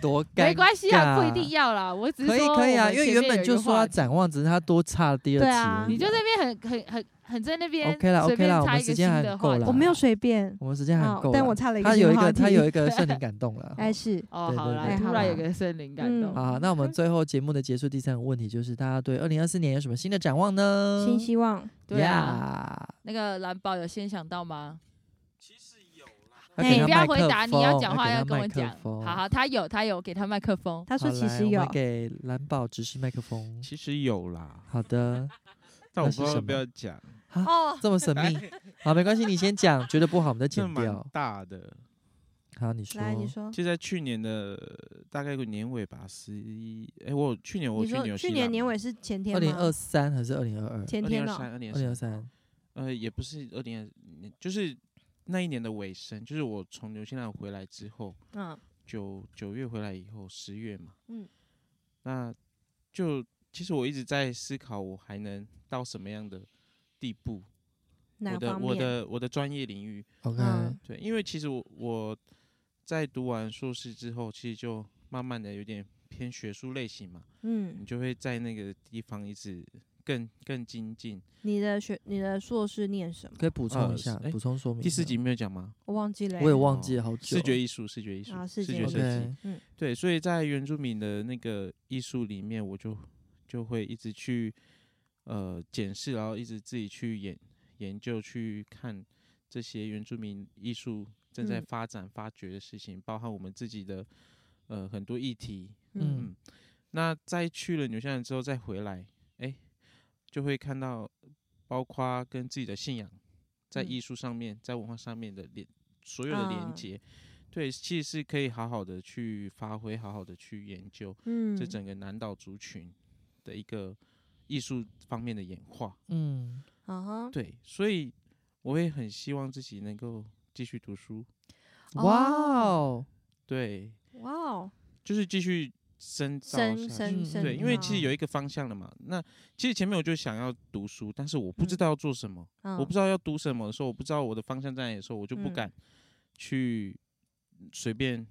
Speaker 3: 多
Speaker 2: 没
Speaker 3: 尴
Speaker 2: 关系啊，
Speaker 3: 尬
Speaker 2: 不一定要啦，我只是
Speaker 3: 可以
Speaker 2: 说
Speaker 3: 可以
Speaker 2: 我
Speaker 3: 啊，
Speaker 2: 们
Speaker 3: 因为
Speaker 2: 前
Speaker 3: 原
Speaker 2: 面有
Speaker 3: 本
Speaker 2: 一
Speaker 3: 就
Speaker 2: 个
Speaker 3: 说
Speaker 2: 话
Speaker 3: 要
Speaker 2: 题
Speaker 3: 展望，只是他多差了第二
Speaker 1: 对
Speaker 3: 集
Speaker 1: 啊
Speaker 3: 而已。
Speaker 2: 你就在那边很很很很在那边
Speaker 3: OK 啦
Speaker 2: 随
Speaker 3: OK
Speaker 2: 便
Speaker 3: 啦我
Speaker 2: 插
Speaker 3: 们
Speaker 2: 一
Speaker 3: 时
Speaker 2: 个
Speaker 3: 间
Speaker 2: 新
Speaker 3: 还
Speaker 2: 的
Speaker 3: 够
Speaker 2: 话
Speaker 3: 啦
Speaker 2: 题
Speaker 1: 我没有随便，
Speaker 3: 我们时间
Speaker 1: 好
Speaker 3: 还够，啦，
Speaker 1: 但我差了一个
Speaker 3: 他有一
Speaker 1: 新话
Speaker 3: 个
Speaker 1: 题
Speaker 3: 他有一个圣灵感动了。
Speaker 1: 哎是
Speaker 2: 哦
Speaker 3: 对，
Speaker 2: 好
Speaker 3: 对
Speaker 2: 啦，
Speaker 1: 对
Speaker 2: 突
Speaker 1: 好
Speaker 2: 然
Speaker 1: 啦
Speaker 2: 有个森林感
Speaker 1: 嗯
Speaker 2: 动，
Speaker 3: 好，那我们最后节目的结束，第三个问题就是大家对二零二四年有什么新的展望呢？
Speaker 1: 新希望，
Speaker 2: 对啊，
Speaker 3: 呀，
Speaker 2: 那个蓝宝有先想到吗？
Speaker 3: 要
Speaker 1: 哎
Speaker 2: 你
Speaker 3: 给他
Speaker 2: 不要
Speaker 3: 麦
Speaker 2: 回
Speaker 3: 克
Speaker 2: 答，你要
Speaker 3: 风
Speaker 2: 讲
Speaker 3: 要
Speaker 2: 话
Speaker 3: 给
Speaker 2: 要
Speaker 3: 他
Speaker 2: 跟我
Speaker 3: 麦克
Speaker 2: 讲。
Speaker 3: 风
Speaker 2: 好好，他有他有给他麦克风，
Speaker 1: 他说
Speaker 3: 好
Speaker 1: 其
Speaker 3: 来
Speaker 1: 实
Speaker 3: 我
Speaker 1: 有
Speaker 3: 们，给蓝宝执事麦克风。
Speaker 4: 其实有啦，
Speaker 3: 好的，
Speaker 4: 但我
Speaker 3: 那
Speaker 4: 不
Speaker 3: 是
Speaker 4: 知道
Speaker 3: 什
Speaker 4: 要
Speaker 3: 么
Speaker 4: 不要讲，
Speaker 2: 哦，
Speaker 3: 这么神秘，好，没关系，你先讲，觉得不好我们再
Speaker 4: 这
Speaker 3: 剪
Speaker 4: 蛮
Speaker 3: 掉。
Speaker 4: 大的。
Speaker 3: 好，你说，
Speaker 1: 来
Speaker 4: 哦
Speaker 1: 你说，
Speaker 4: 就在去年的大概年尾吧，十一，哎，我有去年我
Speaker 1: 你
Speaker 4: 去纽
Speaker 1: 说去
Speaker 4: 西兰
Speaker 1: 年
Speaker 4: 嘛
Speaker 1: 年尾是前天
Speaker 3: 二零二
Speaker 1: 吗？
Speaker 3: 三还是二零二二？
Speaker 1: 前
Speaker 4: 二
Speaker 1: 天
Speaker 4: 零二
Speaker 1: 哦，
Speaker 4: 三，二零
Speaker 3: 二零二，三，
Speaker 4: 呃，也不是二零二，就是那一年的尾声，就是我从纽西兰回来之后，
Speaker 1: 嗯，
Speaker 4: 九九月回来以后，十月嘛，
Speaker 1: 嗯，
Speaker 4: 那就其实我一直在思考，我还能到什么样的地步？
Speaker 1: 嗯哪
Speaker 4: 我
Speaker 1: 个
Speaker 4: 的
Speaker 1: 方
Speaker 4: 我
Speaker 1: 面？
Speaker 4: 的我的专业领域，
Speaker 3: OK，
Speaker 1: 嗯
Speaker 4: 对，因为其实我我在读完硕士之后，其实就慢慢的有点偏学术类型嘛，你
Speaker 1: 嗯，
Speaker 4: 就会在那个地方一直更更精进。
Speaker 1: 你的学你的硕士念什么？
Speaker 3: 可以补充一下
Speaker 4: 呃，哎
Speaker 3: 补充说明。
Speaker 4: 第四集，没有讲吗？
Speaker 1: 我忘记了欸。
Speaker 3: 我也忘记了好久。
Speaker 4: 视觉艺术，视觉艺术
Speaker 1: 啊，视
Speaker 4: 视
Speaker 1: 觉
Speaker 4: 觉
Speaker 1: 艺
Speaker 4: 设
Speaker 1: 术
Speaker 3: OK
Speaker 4: 计。
Speaker 1: 嗯
Speaker 4: 对，所以在原住民的那个艺术里面，我就就会一直去呃检视，然后一直自己去研研究，去看这些原住民艺术正在
Speaker 1: 嗯
Speaker 4: 发展、发掘的事情，包含我们自己的呃很多议题。
Speaker 1: 嗯
Speaker 3: 嗯
Speaker 4: 那在去了纽西兰之后再回来，哎、就会看到包括跟自己的信仰在
Speaker 1: 嗯
Speaker 4: 艺术上面、在文化上面的连所有的
Speaker 1: 啊
Speaker 4: 连接。对，其实是可以好好的去发挥，好好的去研究
Speaker 1: 嗯，
Speaker 4: 这整个南岛族群的一个艺术方面的演化。
Speaker 3: 嗯，
Speaker 1: 嗯哼，
Speaker 4: 对，所以我也很希望自己能够继续读书，
Speaker 3: 哇
Speaker 1: 哦
Speaker 3: 哦，
Speaker 4: 对，
Speaker 1: 哇哦，
Speaker 4: 就是继续深造
Speaker 1: 深
Speaker 4: 下
Speaker 1: 深
Speaker 3: 嗯
Speaker 1: 深，啊
Speaker 4: 对，因为其实
Speaker 1: 有，
Speaker 4: 有一个方向了嘛。那其实前面我就想要读书，但是我不知
Speaker 1: 嗯
Speaker 4: 道要做什么，我
Speaker 1: 我
Speaker 3: 嗯
Speaker 4: 不知道要读什么的时候，我不知道我的方向在哪里的时候，我就不
Speaker 1: 嗯
Speaker 4: 敢去随便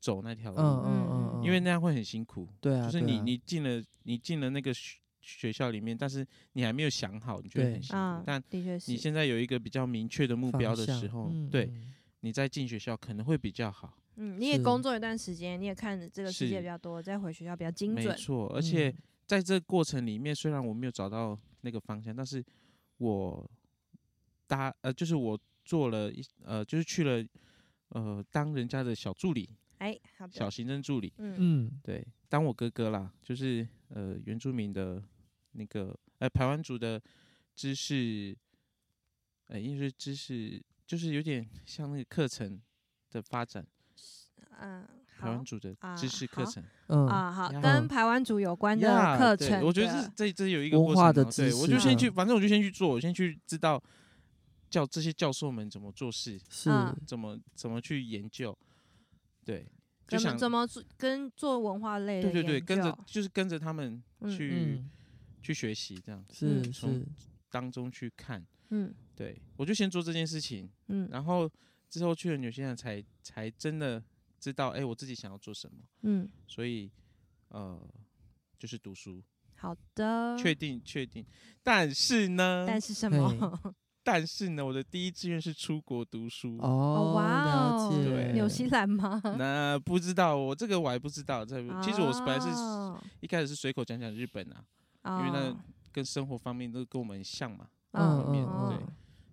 Speaker 4: 走那条
Speaker 3: 嗯
Speaker 4: 路，
Speaker 3: 嗯嗯嗯，
Speaker 4: 因为那样会很辛苦。
Speaker 3: 对啊，
Speaker 4: 就是
Speaker 3: 对
Speaker 4: 你
Speaker 3: 啊
Speaker 4: 你进了你进了那个学学校里面，但是你还没有想好，你觉得
Speaker 3: 对
Speaker 4: 很辛
Speaker 1: 啊
Speaker 4: 苦。，但
Speaker 1: 的确是
Speaker 4: 你现在有一个比较明确的目
Speaker 3: 方
Speaker 4: 标的
Speaker 3: 向
Speaker 4: 时候，
Speaker 3: 嗯
Speaker 4: 对
Speaker 3: 嗯
Speaker 4: 你再进学校可能会比较好。
Speaker 1: 嗯，你也
Speaker 3: 是
Speaker 1: 工作一段时间，你也看这个世界
Speaker 4: 是
Speaker 1: 比较多，再回学校比较精
Speaker 4: 没
Speaker 1: 准。
Speaker 4: 错，而且
Speaker 3: 嗯
Speaker 4: 在这过程里面，虽然我没有找到那个方向，但是我搭呃，就是我做了一呃，就是去了呃，当人家的小助理、
Speaker 1: 哎，好
Speaker 4: 小
Speaker 1: 的，
Speaker 4: 行政助理，
Speaker 1: 嗯
Speaker 3: 嗯
Speaker 4: 对，当我哥哥啦，就是呃原住民的那个呃台湾族的知识，呃，因为是知识就是有点像那个课程的发展，
Speaker 1: 嗯，
Speaker 4: 台湾
Speaker 1: 好
Speaker 4: 族的
Speaker 1: 啊
Speaker 4: 知识课
Speaker 1: 好
Speaker 4: 程，
Speaker 3: 嗯，
Speaker 1: 啊，好，
Speaker 4: 呀
Speaker 1: 跟台湾组有关的
Speaker 4: Yeah，
Speaker 1: 课
Speaker 4: 对
Speaker 1: 程的，
Speaker 4: 我觉得这这这有一个
Speaker 3: 文
Speaker 4: 过
Speaker 3: 化
Speaker 4: 程
Speaker 3: 的
Speaker 4: 啊对
Speaker 3: 知
Speaker 4: 我
Speaker 1: 识
Speaker 4: 就先
Speaker 1: 啊
Speaker 4: 去，反正我就先去做，我先去知道教这些教授们怎么做事，
Speaker 3: 是
Speaker 1: 嗯
Speaker 4: 怎么怎么去研究，对，
Speaker 1: 怎
Speaker 4: 就
Speaker 1: 么
Speaker 4: 想
Speaker 1: 怎么做跟做文化类的
Speaker 4: 对对对，
Speaker 1: 研
Speaker 4: 跟着
Speaker 1: 究
Speaker 4: 就是跟着他们
Speaker 1: 嗯
Speaker 4: 去、
Speaker 3: 嗯
Speaker 4: 去学习，这样
Speaker 3: 是
Speaker 1: 嗯
Speaker 3: 是
Speaker 4: 从当中去看，
Speaker 1: 嗯
Speaker 4: 对我就先做这件事情，
Speaker 1: 嗯
Speaker 4: 然后之后去了纽西兰才才真的知道，哎、我自己想要做什么，
Speaker 1: 嗯，
Speaker 4: 所以呃就是读书，
Speaker 1: 好的。
Speaker 4: 确定确定，但是呢，
Speaker 1: 嗯但是什么？
Speaker 4: 但是呢，我的第一志愿是出国读书。
Speaker 3: 哦，
Speaker 1: 哇
Speaker 3: 了
Speaker 1: 哦
Speaker 3: 解，
Speaker 4: 对
Speaker 1: 纽西兰吗？
Speaker 4: 那不知道，我这个我还不知道。这嗯其实我是本来是、
Speaker 1: 哦
Speaker 4: 一开始是随口讲讲日本啊，因为那
Speaker 1: 哦
Speaker 4: 跟生活方面都跟我们很像嘛，
Speaker 3: 嗯
Speaker 1: 嗯
Speaker 3: 嗯
Speaker 1: 嗯
Speaker 4: 对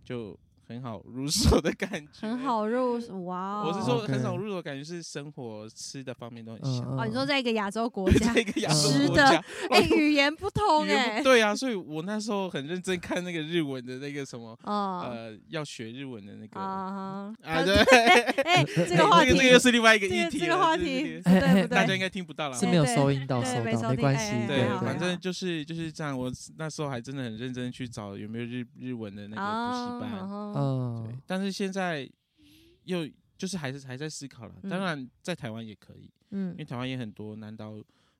Speaker 4: 就很好入手的感觉。
Speaker 1: 很。好入手哇哦！
Speaker 4: 我是说
Speaker 3: OK
Speaker 4: 很好入手，感觉是生活吃的方面都很像。
Speaker 3: 嗯
Speaker 1: 哦，你说在一个亚洲国家
Speaker 4: 在，一个亚
Speaker 3: 吃
Speaker 4: 洲国
Speaker 1: 的
Speaker 4: 家，
Speaker 1: 哎， 语言不通
Speaker 4: 语言
Speaker 1: 哎
Speaker 4: 不，对啊，所以我那时候很认真看那个日文的那个什么，
Speaker 1: 哦
Speaker 4: 呃，要学日文的那个啊，
Speaker 1: 啊哈，
Speaker 4: 对，
Speaker 1: 哎，这个
Speaker 4: 哎
Speaker 1: 话
Speaker 4: 这
Speaker 1: 题
Speaker 4: 个这个又是另外一个
Speaker 1: 这
Speaker 4: 议
Speaker 1: 个
Speaker 4: 题
Speaker 1: 这个
Speaker 4: 了
Speaker 1: 话
Speaker 4: 对对
Speaker 1: 题
Speaker 4: 对
Speaker 1: 不对
Speaker 3: 哎
Speaker 1: 不
Speaker 3: 哎
Speaker 4: 大家
Speaker 1: 对
Speaker 4: 应，该听不到了
Speaker 3: 是
Speaker 1: 哎。
Speaker 3: 没有
Speaker 1: 对
Speaker 3: 收音到
Speaker 1: 对
Speaker 3: 收
Speaker 1: 没
Speaker 3: 到，
Speaker 1: 收
Speaker 3: 没
Speaker 1: 听
Speaker 3: 关
Speaker 1: 哎
Speaker 3: 系，
Speaker 1: 哎
Speaker 4: 对
Speaker 1: 好，
Speaker 3: 对
Speaker 4: 反正就是就是这样。我那时候还真的很认真去找有没有日日文的那个补习班，
Speaker 1: 哦，
Speaker 4: 对
Speaker 3: 嗯。
Speaker 4: 但是现在又就是还是还在思考了。
Speaker 1: 嗯
Speaker 4: 当然，在台湾也可以，
Speaker 1: 嗯
Speaker 4: 因为台湾也很多南岛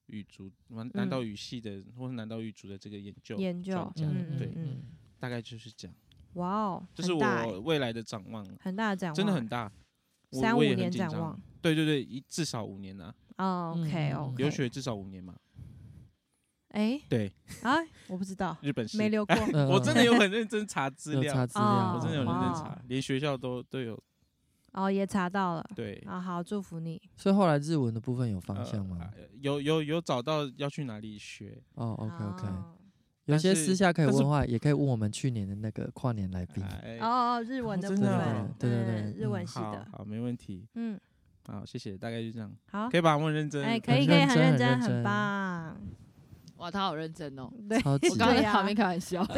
Speaker 4: 语族、南南
Speaker 1: 嗯
Speaker 4: 岛语系的、或是南岛语族的这个研究，
Speaker 1: 研究
Speaker 4: 专家
Speaker 1: 嗯嗯
Speaker 4: 对
Speaker 1: 嗯，
Speaker 4: 大概就是这样。
Speaker 1: 哇哦，
Speaker 4: 这是
Speaker 1: 很大哎
Speaker 4: 我未来的展望，
Speaker 1: 很大的展望，
Speaker 4: 真的很大。我
Speaker 1: 三五
Speaker 4: 我也很
Speaker 1: 年
Speaker 4: 紧
Speaker 1: 展
Speaker 4: 张
Speaker 1: 望。
Speaker 4: 对对对，一至少五年呐、
Speaker 1: 哦，OK
Speaker 3: 嗯
Speaker 1: OK，
Speaker 4: 留学至少五年嘛。
Speaker 1: 哎
Speaker 4: 对，
Speaker 1: 啊，我不知道，
Speaker 4: 日本是
Speaker 1: 没 留过。
Speaker 3: 嗯
Speaker 4: 我真的有很认真查资
Speaker 3: 有
Speaker 4: 料，
Speaker 3: 查资
Speaker 1: 哦
Speaker 3: 料，嗯
Speaker 4: 我真的有认真查，
Speaker 1: 哇
Speaker 4: 连学校都都有。
Speaker 1: 哦，也查到了。
Speaker 4: 对，
Speaker 1: 啊，好，祝福你。
Speaker 3: 所以后来日文的部分有方
Speaker 4: 呃
Speaker 3: 向吗？
Speaker 4: 呃有有有找到要去哪里学，
Speaker 3: 哦，OK OK，
Speaker 1: 哦
Speaker 3: 有
Speaker 4: 但
Speaker 3: 些
Speaker 4: 是
Speaker 3: 私下可以
Speaker 4: 但是
Speaker 3: 问话，也可以问我们去年的那个跨年来宾。
Speaker 4: 哎
Speaker 1: 哦哦，日文
Speaker 4: 哦
Speaker 1: 的部
Speaker 4: 真
Speaker 1: 分，
Speaker 4: 的
Speaker 3: 哦对对对
Speaker 1: 嗯日
Speaker 3: 嗯
Speaker 1: 文系
Speaker 4: 好
Speaker 1: 的，
Speaker 4: 好，没问题。
Speaker 1: 嗯，
Speaker 4: 好，谢谢，大概就这样，
Speaker 1: 好
Speaker 4: 可，以吧？我很认真。
Speaker 1: 哎，可以可
Speaker 3: 很
Speaker 1: 以，
Speaker 3: 认
Speaker 1: 很
Speaker 3: 真
Speaker 1: 认
Speaker 3: 很
Speaker 1: 真，
Speaker 3: 认
Speaker 1: 很
Speaker 3: 真
Speaker 1: 棒，
Speaker 2: 哇，他好认真哦。
Speaker 1: 对，
Speaker 3: 超级
Speaker 2: 我刚刚
Speaker 1: 对
Speaker 2: 在
Speaker 1: 啊
Speaker 2: 旁边开玩笑，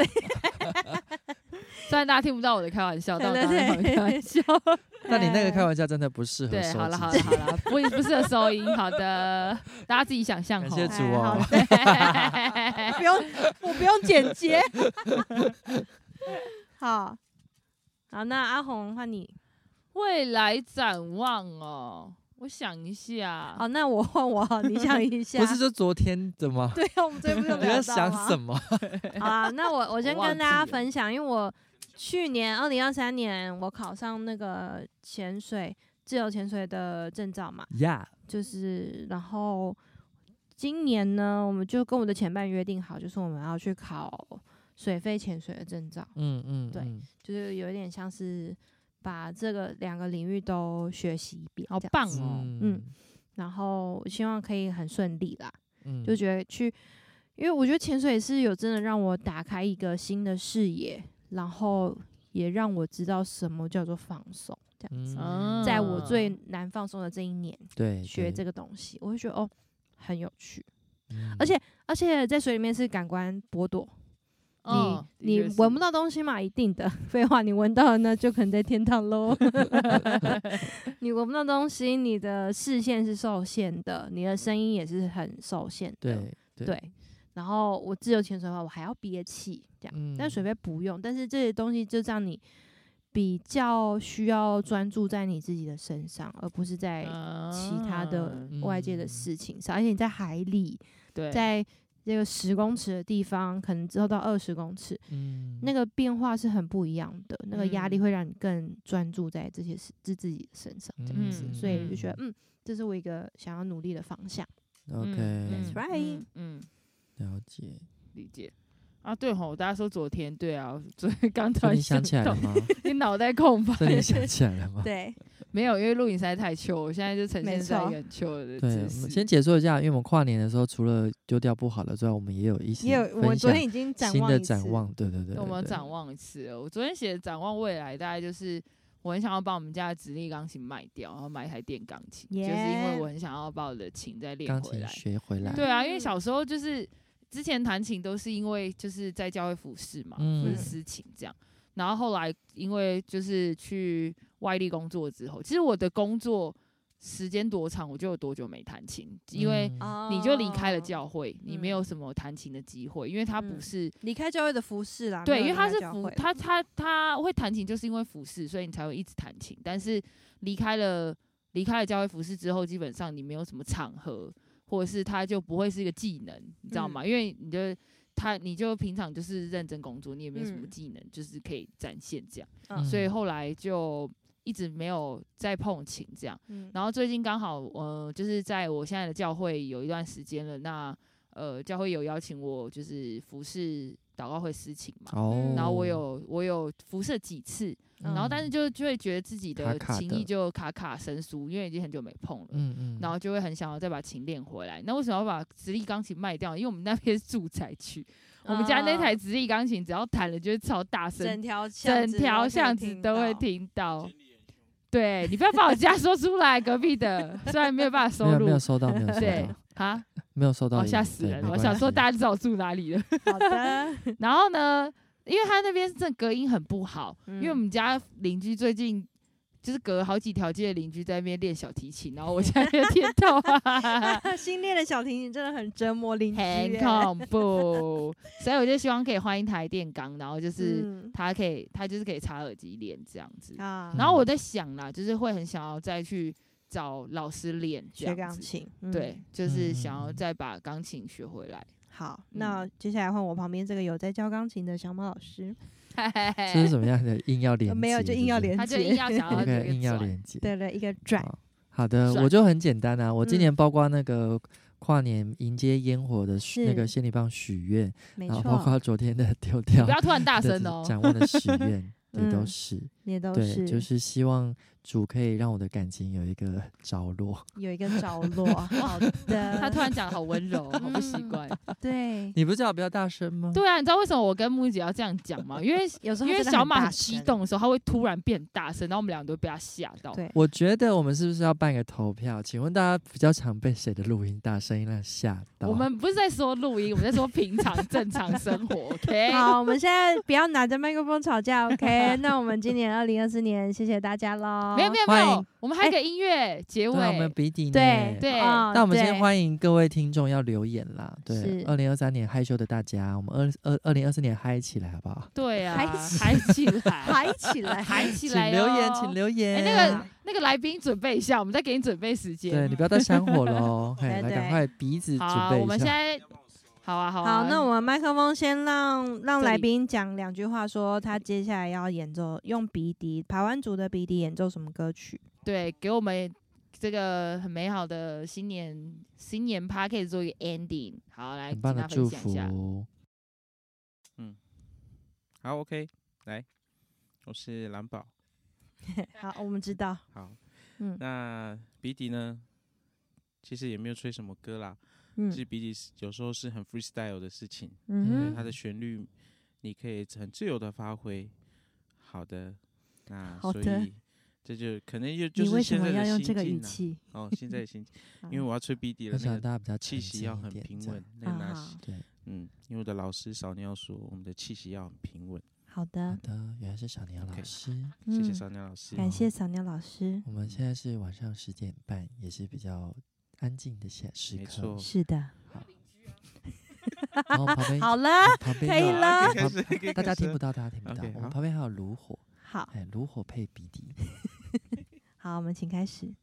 Speaker 2: 虽然大家听不到我的开玩笑，但我
Speaker 1: 对
Speaker 2: 刚刚在旁边开玩 笑。
Speaker 3: 但你那个开
Speaker 1: 哎
Speaker 3: 玩笑真的不适合
Speaker 2: 对，
Speaker 3: 收
Speaker 2: 好了
Speaker 3: 集
Speaker 2: 好了好了，不不适合收音，好的，大家自己想象
Speaker 3: 感
Speaker 2: 哈。
Speaker 3: 谢主
Speaker 1: 哎好哎
Speaker 3: 哦。
Speaker 1: 不用，我不用剪接。 好，好，那阿红换你。
Speaker 2: 未来展望哦，我想一下，
Speaker 1: 好，哦那我换我，你想一下。
Speaker 3: 不是就昨天的吗？
Speaker 1: 对啊，我们昨天不是有
Speaker 3: 你在
Speaker 1: 聊
Speaker 3: 想
Speaker 1: 到啊吗
Speaker 3: 什？么？
Speaker 1: 好啊，那我我先
Speaker 2: 我忘
Speaker 1: 跟大家
Speaker 2: 记了
Speaker 1: 分享，因为我去年二零二三年我考上那个潜水自由潜水的证照嘛，
Speaker 3: 呀，
Speaker 1: 就是然后今年呢，我们就跟我的前伴约定好，就是我们要去考水肺潜水的证照。
Speaker 3: 嗯嗯，
Speaker 1: 对
Speaker 3: 嗯
Speaker 1: 就是有一点像是把这个两个领域都学习一遍，
Speaker 2: 好
Speaker 1: 这样
Speaker 2: 棒
Speaker 1: 子
Speaker 2: 哦，
Speaker 1: 嗯然后希望可以很顺利啦，
Speaker 3: 嗯
Speaker 1: 就觉得去，因为我觉得潜水是有真的让我打开一个新的视野，然后也让我知道什么叫做放松，这样子。
Speaker 2: 嗯
Speaker 1: 在我最难放松的这一年
Speaker 3: 对
Speaker 1: 学这
Speaker 3: 个，
Speaker 1: 个东西，我会觉得哦很有趣，
Speaker 3: 嗯
Speaker 1: 而且而且在水里面是感官剥夺，
Speaker 2: 嗯，
Speaker 1: 你
Speaker 2: 的确
Speaker 1: 你
Speaker 2: 是
Speaker 1: 闻不到东西嘛，一定的。 废话，你闻到了那就可能在天堂喽。 你闻不到东西，你的视线是受限的，你的声音也是很受限的。
Speaker 3: 对对，
Speaker 1: 对然后我自由潜水的话，我还要憋气这样，
Speaker 3: 嗯
Speaker 1: 但水杯不用。但是这些东西就让你比较需要专注在你自己的身上，而不是在
Speaker 2: 嗯
Speaker 1: 其他的
Speaker 2: 啊
Speaker 1: 外界的
Speaker 3: 嗯
Speaker 1: 事情上。而且你在海里，
Speaker 2: 对，
Speaker 1: 在这个十公尺的地方，可能之后到二十公尺。
Speaker 3: 嗯
Speaker 1: 那个变化是很不一样的，那个压力
Speaker 2: 嗯
Speaker 1: 会让你更专注在这些事、自自己的身上，这样子，
Speaker 2: 嗯
Speaker 1: 所以我就
Speaker 3: 嗯
Speaker 1: 觉得，嗯，这是我一个想要努力的方向。
Speaker 2: 嗯
Speaker 3: OK，
Speaker 2: 嗯
Speaker 1: right
Speaker 2: 嗯嗯，
Speaker 3: 了解。
Speaker 2: 理解。啊，对吼，大家说昨天对啊，昨天刚突
Speaker 3: 这
Speaker 2: 然
Speaker 3: 你想起来
Speaker 2: 到
Speaker 3: 了，吗？
Speaker 2: 你脑袋空 白，
Speaker 3: 这 你想起来了吗？
Speaker 1: 对，
Speaker 2: 没有，因为录影实在太糗，我现在就呈
Speaker 1: 没
Speaker 2: 现在
Speaker 1: 错
Speaker 2: 一个很糗的
Speaker 3: 对，
Speaker 2: 姿
Speaker 3: 我
Speaker 2: 势。
Speaker 3: 们先解说一下，因为我们跨年的时候，除了丢掉不好的之外，我们也有一些
Speaker 1: 也有我
Speaker 3: 分
Speaker 1: 昨
Speaker 3: 享
Speaker 1: 天已经展
Speaker 3: 新
Speaker 1: 望
Speaker 3: 的
Speaker 1: 一次
Speaker 3: 展，望，对对对，
Speaker 2: 那我
Speaker 3: 对
Speaker 2: 们
Speaker 3: 对
Speaker 2: 展望一次了。我昨天写的展望未来，大概就是我很想要把我们家的直立钢琴卖掉，然后买一台电钢琴就是因为
Speaker 1: Yeah
Speaker 2: 我很想要把我的琴再练
Speaker 3: 钢
Speaker 2: 回
Speaker 3: 琴
Speaker 2: 来。
Speaker 3: 学回来，
Speaker 2: 对啊，因为
Speaker 1: 嗯
Speaker 2: 小时候就是之前弹琴都是因为就是在教会服侍嘛，
Speaker 3: 嗯
Speaker 2: 服侍私琴这样。然后后来因为就是去外地工作之后，其实我的工作时间多长，我就有多久没弹琴，因为
Speaker 3: 嗯
Speaker 2: 你就离开了教会，你没
Speaker 1: 嗯
Speaker 2: 有什么弹琴的机会，因为它不
Speaker 1: 嗯
Speaker 2: 是
Speaker 1: 离开教会的服饰啦，
Speaker 2: 对，
Speaker 1: 啊没
Speaker 2: 因
Speaker 1: 有
Speaker 2: 为他
Speaker 1: 离
Speaker 2: 是
Speaker 1: 开教
Speaker 2: 服
Speaker 1: 会，嗯
Speaker 2: 他他他会弹琴，就是因为服饰，所以你才会一直弹琴。但是离开了离开了教会服饰之后，基本上你没有什么场合，或者是他就不会是一个技能，
Speaker 1: 嗯
Speaker 2: 你知道吗？因为你就他你就平常就是认真工作，你也没有什么
Speaker 1: 嗯
Speaker 2: 技能，就是可以展现这样。
Speaker 1: 嗯
Speaker 2: 所以后来就一直没有再碰琴这样。
Speaker 1: 嗯
Speaker 2: 然后最近刚好，呃，就是在我现在的教会有一段时间了，那呃，教会有邀请我就是服侍祷告会司琴嘛，
Speaker 3: 哦，
Speaker 2: 嗯然后我有我有辐射几次，
Speaker 3: 嗯，
Speaker 2: 然后但是就就会觉得自己
Speaker 3: 卡
Speaker 2: 的
Speaker 3: 卡
Speaker 2: 琴
Speaker 3: 的
Speaker 2: 艺就卡卡生疏，因为已经很久没碰了，
Speaker 3: 嗯嗯，
Speaker 2: 然后就会很想要再把琴练回来。那为什么要把直立钢琴卖掉？因为我们那边是住宅区，我们家那台
Speaker 1: 啊
Speaker 2: 直立钢琴只要弹了就会超大声
Speaker 1: 整，条
Speaker 2: 整
Speaker 1: 巷子
Speaker 2: 条巷
Speaker 1: 可以
Speaker 2: 子都会
Speaker 1: 到，
Speaker 2: 听到。对你不要把我家 说出来，隔壁的虽然没有办法
Speaker 3: 没
Speaker 2: 收
Speaker 3: 有没
Speaker 2: 入
Speaker 3: 有，收到，没有收
Speaker 2: 对
Speaker 3: 到，
Speaker 2: 啊，
Speaker 3: 没有收到
Speaker 2: 哦
Speaker 3: 音，
Speaker 2: 吓死
Speaker 3: 对
Speaker 2: 人！
Speaker 3: 没
Speaker 2: 我
Speaker 3: 关
Speaker 2: 想说
Speaker 3: 系
Speaker 2: 大家知道我住哪里了。
Speaker 1: 好的，
Speaker 2: 然后呢，因为他那边这隔音很不好，因为我
Speaker 1: 嗯，
Speaker 2: 们家邻居最近就是隔好几条街的邻居在那边练小提琴，然后我在那边听到、啊
Speaker 1: 新练的小提琴真的很折磨邻居
Speaker 2: 很
Speaker 1: 耶，
Speaker 2: 恐怖，所以我就希望可以换一台电钢，然后就是
Speaker 1: 嗯
Speaker 2: 它可以，它就是可以插耳机练这样子。
Speaker 1: 啊，
Speaker 2: 然后我在想啦，就是会很想要再去找老师练这
Speaker 1: 学
Speaker 2: 样
Speaker 1: 钢
Speaker 2: 子。
Speaker 1: 琴，嗯
Speaker 2: 对，就是想要
Speaker 3: 嗯
Speaker 2: 再把钢琴学回来，
Speaker 1: 好，
Speaker 2: 嗯
Speaker 1: 那接下来换我旁边这个有在教钢琴的小马老师，
Speaker 3: 这是怎么样的？硬要连接？
Speaker 1: 哎呃没有就硬要
Speaker 3: 是不是
Speaker 1: 连
Speaker 2: 哦他就硬要 想要
Speaker 3: OK，
Speaker 2: 这个
Speaker 3: 硬要
Speaker 2: 转
Speaker 3: 连接。
Speaker 1: 对了一个转，
Speaker 3: 好好的，
Speaker 2: 转
Speaker 3: 我就很简单啊。我今
Speaker 1: 嗯
Speaker 3: 年包括那个跨年迎接烟火的许那
Speaker 1: 是
Speaker 3: 个仙女棒许愿，
Speaker 1: 没
Speaker 3: 然后包
Speaker 1: 错，
Speaker 3: 括昨天的 丢
Speaker 2: 你
Speaker 3: 掉
Speaker 2: 不要突然大
Speaker 3: 对
Speaker 2: 声
Speaker 3: 这
Speaker 2: 哦。
Speaker 3: 展望的许 愿，对，都
Speaker 1: 嗯
Speaker 3: 是
Speaker 1: 你都
Speaker 3: 对，就是是希望主可以让我的感情有一个着落。
Speaker 1: 有一个着 落，好 的，
Speaker 2: 他突然讲得好温柔，好不
Speaker 3: 嗯
Speaker 2: 习惯。
Speaker 1: 对，
Speaker 3: 你不是叫我不要大声吗？
Speaker 2: 对啊，你知道为什么我跟木姐要这样讲吗？ 因为
Speaker 1: 有时
Speaker 2: 因
Speaker 1: 候
Speaker 2: 为
Speaker 1: 真的
Speaker 2: 小
Speaker 1: 很
Speaker 2: 马
Speaker 1: 大
Speaker 2: 很激
Speaker 1: 声，
Speaker 2: 动的时候，他会突然变大声，然后我们两个都被他吓到。
Speaker 1: 对，
Speaker 3: 我觉得我们是不是要办一个投票？请问大家比较常被谁的录音大声音让吓到？
Speaker 2: 我们不是在说录音，我们在说平 常正常生活。OK，
Speaker 1: 好，我们现在不要拿着麦克风吵架 ，OK？那我们今年二零二四年，谢谢大家喽。
Speaker 2: 没有没有没
Speaker 3: 欢
Speaker 2: 有
Speaker 3: 迎，哎
Speaker 2: 我们还有一个音乐结
Speaker 3: 对啊，我们
Speaker 2: 尾。
Speaker 3: 比底
Speaker 1: 对
Speaker 3: 呢
Speaker 2: 对
Speaker 1: 哦
Speaker 3: 那我们先
Speaker 1: 对
Speaker 3: 欢迎各位听众要留言啦。对，
Speaker 1: 是
Speaker 3: 二零二三年害羞的大家，我们二二二零二四年嗨起来好不好？
Speaker 2: 对啊，
Speaker 1: 嗨起
Speaker 2: 嗨起来，
Speaker 1: 嗨起来，啊
Speaker 2: 嗨起
Speaker 3: 请
Speaker 2: 来
Speaker 3: 留言，
Speaker 2: 哦
Speaker 3: 请留言。
Speaker 2: 哎，那个那个来宾准备一下，我们再给你准备时
Speaker 3: 对
Speaker 2: 间。
Speaker 3: 你不要再煽 火喽，嘿，
Speaker 1: 对
Speaker 3: 来
Speaker 1: 对
Speaker 3: 赶快鼻子
Speaker 2: 好
Speaker 3: 准
Speaker 2: 啊，
Speaker 3: 备
Speaker 2: 我们
Speaker 3: 一
Speaker 2: 现
Speaker 3: 下。
Speaker 2: 在好啊好啊。
Speaker 1: 好，那我们麦克风先让让
Speaker 2: 这
Speaker 1: 来
Speaker 2: 里
Speaker 1: 宾讲两句话，说他接下来要演奏用鼻笛，台湾族的鼻笛演奏什么歌曲？
Speaker 2: 对，给我们这个很美好的新年新年趴可以做一个 ending。好，来，
Speaker 3: 很
Speaker 2: 请
Speaker 3: 棒
Speaker 2: 他
Speaker 3: 的
Speaker 2: 分
Speaker 3: 祝
Speaker 2: 享一下。
Speaker 3: 福，
Speaker 4: 好，OK，来，我是蓝宝。
Speaker 1: 好，我们知道，
Speaker 4: 好，
Speaker 1: 嗯
Speaker 4: 那鼻笛呢？其实也没有吹什么歌啦，其
Speaker 1: 嗯
Speaker 4: 实鼻笛是有时候是很 freestyle 的事情，
Speaker 1: 嗯
Speaker 4: 它
Speaker 1: 哼，
Speaker 4: 的旋律你可以很自由的发挥。好的，那
Speaker 1: 好
Speaker 4: 所
Speaker 1: 的
Speaker 4: 以这就可能就就
Speaker 1: 你
Speaker 4: 是
Speaker 1: 为什
Speaker 4: 现
Speaker 1: 么要
Speaker 4: 在的
Speaker 1: 用
Speaker 4: 心
Speaker 1: 这个语
Speaker 4: 境啦。
Speaker 1: 气？嗯
Speaker 4: 哦，现在的心境，因为
Speaker 1: 好
Speaker 4: 我要吹鼻笛
Speaker 3: 我
Speaker 4: 了，
Speaker 3: 想
Speaker 4: 那个
Speaker 3: 大家比较
Speaker 4: 气
Speaker 3: 沉
Speaker 4: 息
Speaker 3: 静
Speaker 4: 要
Speaker 3: 一
Speaker 4: 很
Speaker 3: 点
Speaker 4: 平
Speaker 3: 这样
Speaker 4: 稳。。那个
Speaker 1: 啊
Speaker 4: 拿
Speaker 1: 好
Speaker 3: 对，
Speaker 4: 嗯，因为我的老师小鸟说，我们的气息要很平稳。
Speaker 1: 好
Speaker 3: 好
Speaker 2: 嗯
Speaker 1: 的，
Speaker 3: 的，原来是小年老
Speaker 4: OK
Speaker 3: 师。
Speaker 4: 谢谢
Speaker 1: 嗯
Speaker 4: 小鸟老师。
Speaker 1: 感谢扫鸟老师。
Speaker 3: 我们现在是晚上十点半，也是比较安静的时时
Speaker 4: 没
Speaker 3: 刻
Speaker 4: 错。
Speaker 1: 是的，
Speaker 3: 然后旁 边，
Speaker 1: 好了，
Speaker 4: 嗯
Speaker 3: 旁边
Speaker 1: 可以
Speaker 3: 有
Speaker 1: 了
Speaker 4: 可以开始可 以
Speaker 3: 大家
Speaker 4: 开始
Speaker 3: 听不到，大家听不到。
Speaker 4: OK，
Speaker 3: 我
Speaker 4: 好
Speaker 3: 们旁边还有炉火，
Speaker 1: 好
Speaker 3: 哎，炉火配鼻笛。
Speaker 1: 好，我们请开始。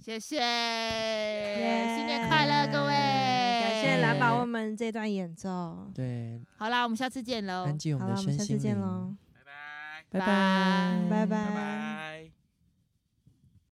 Speaker 2: 谢谢新年快乐，各位！
Speaker 1: 感谢蓝宝为我们这段演奏。
Speaker 3: 对，
Speaker 2: 好啦，我们下次见喽，
Speaker 3: 安静我
Speaker 1: 好
Speaker 3: 们
Speaker 1: 了，我
Speaker 3: 的
Speaker 1: 们
Speaker 3: 身
Speaker 1: 下次
Speaker 3: 心
Speaker 1: 见
Speaker 3: 灵。
Speaker 1: 喽，
Speaker 4: 拜拜，
Speaker 2: 拜
Speaker 1: 拜拜。
Speaker 4: 拜拜。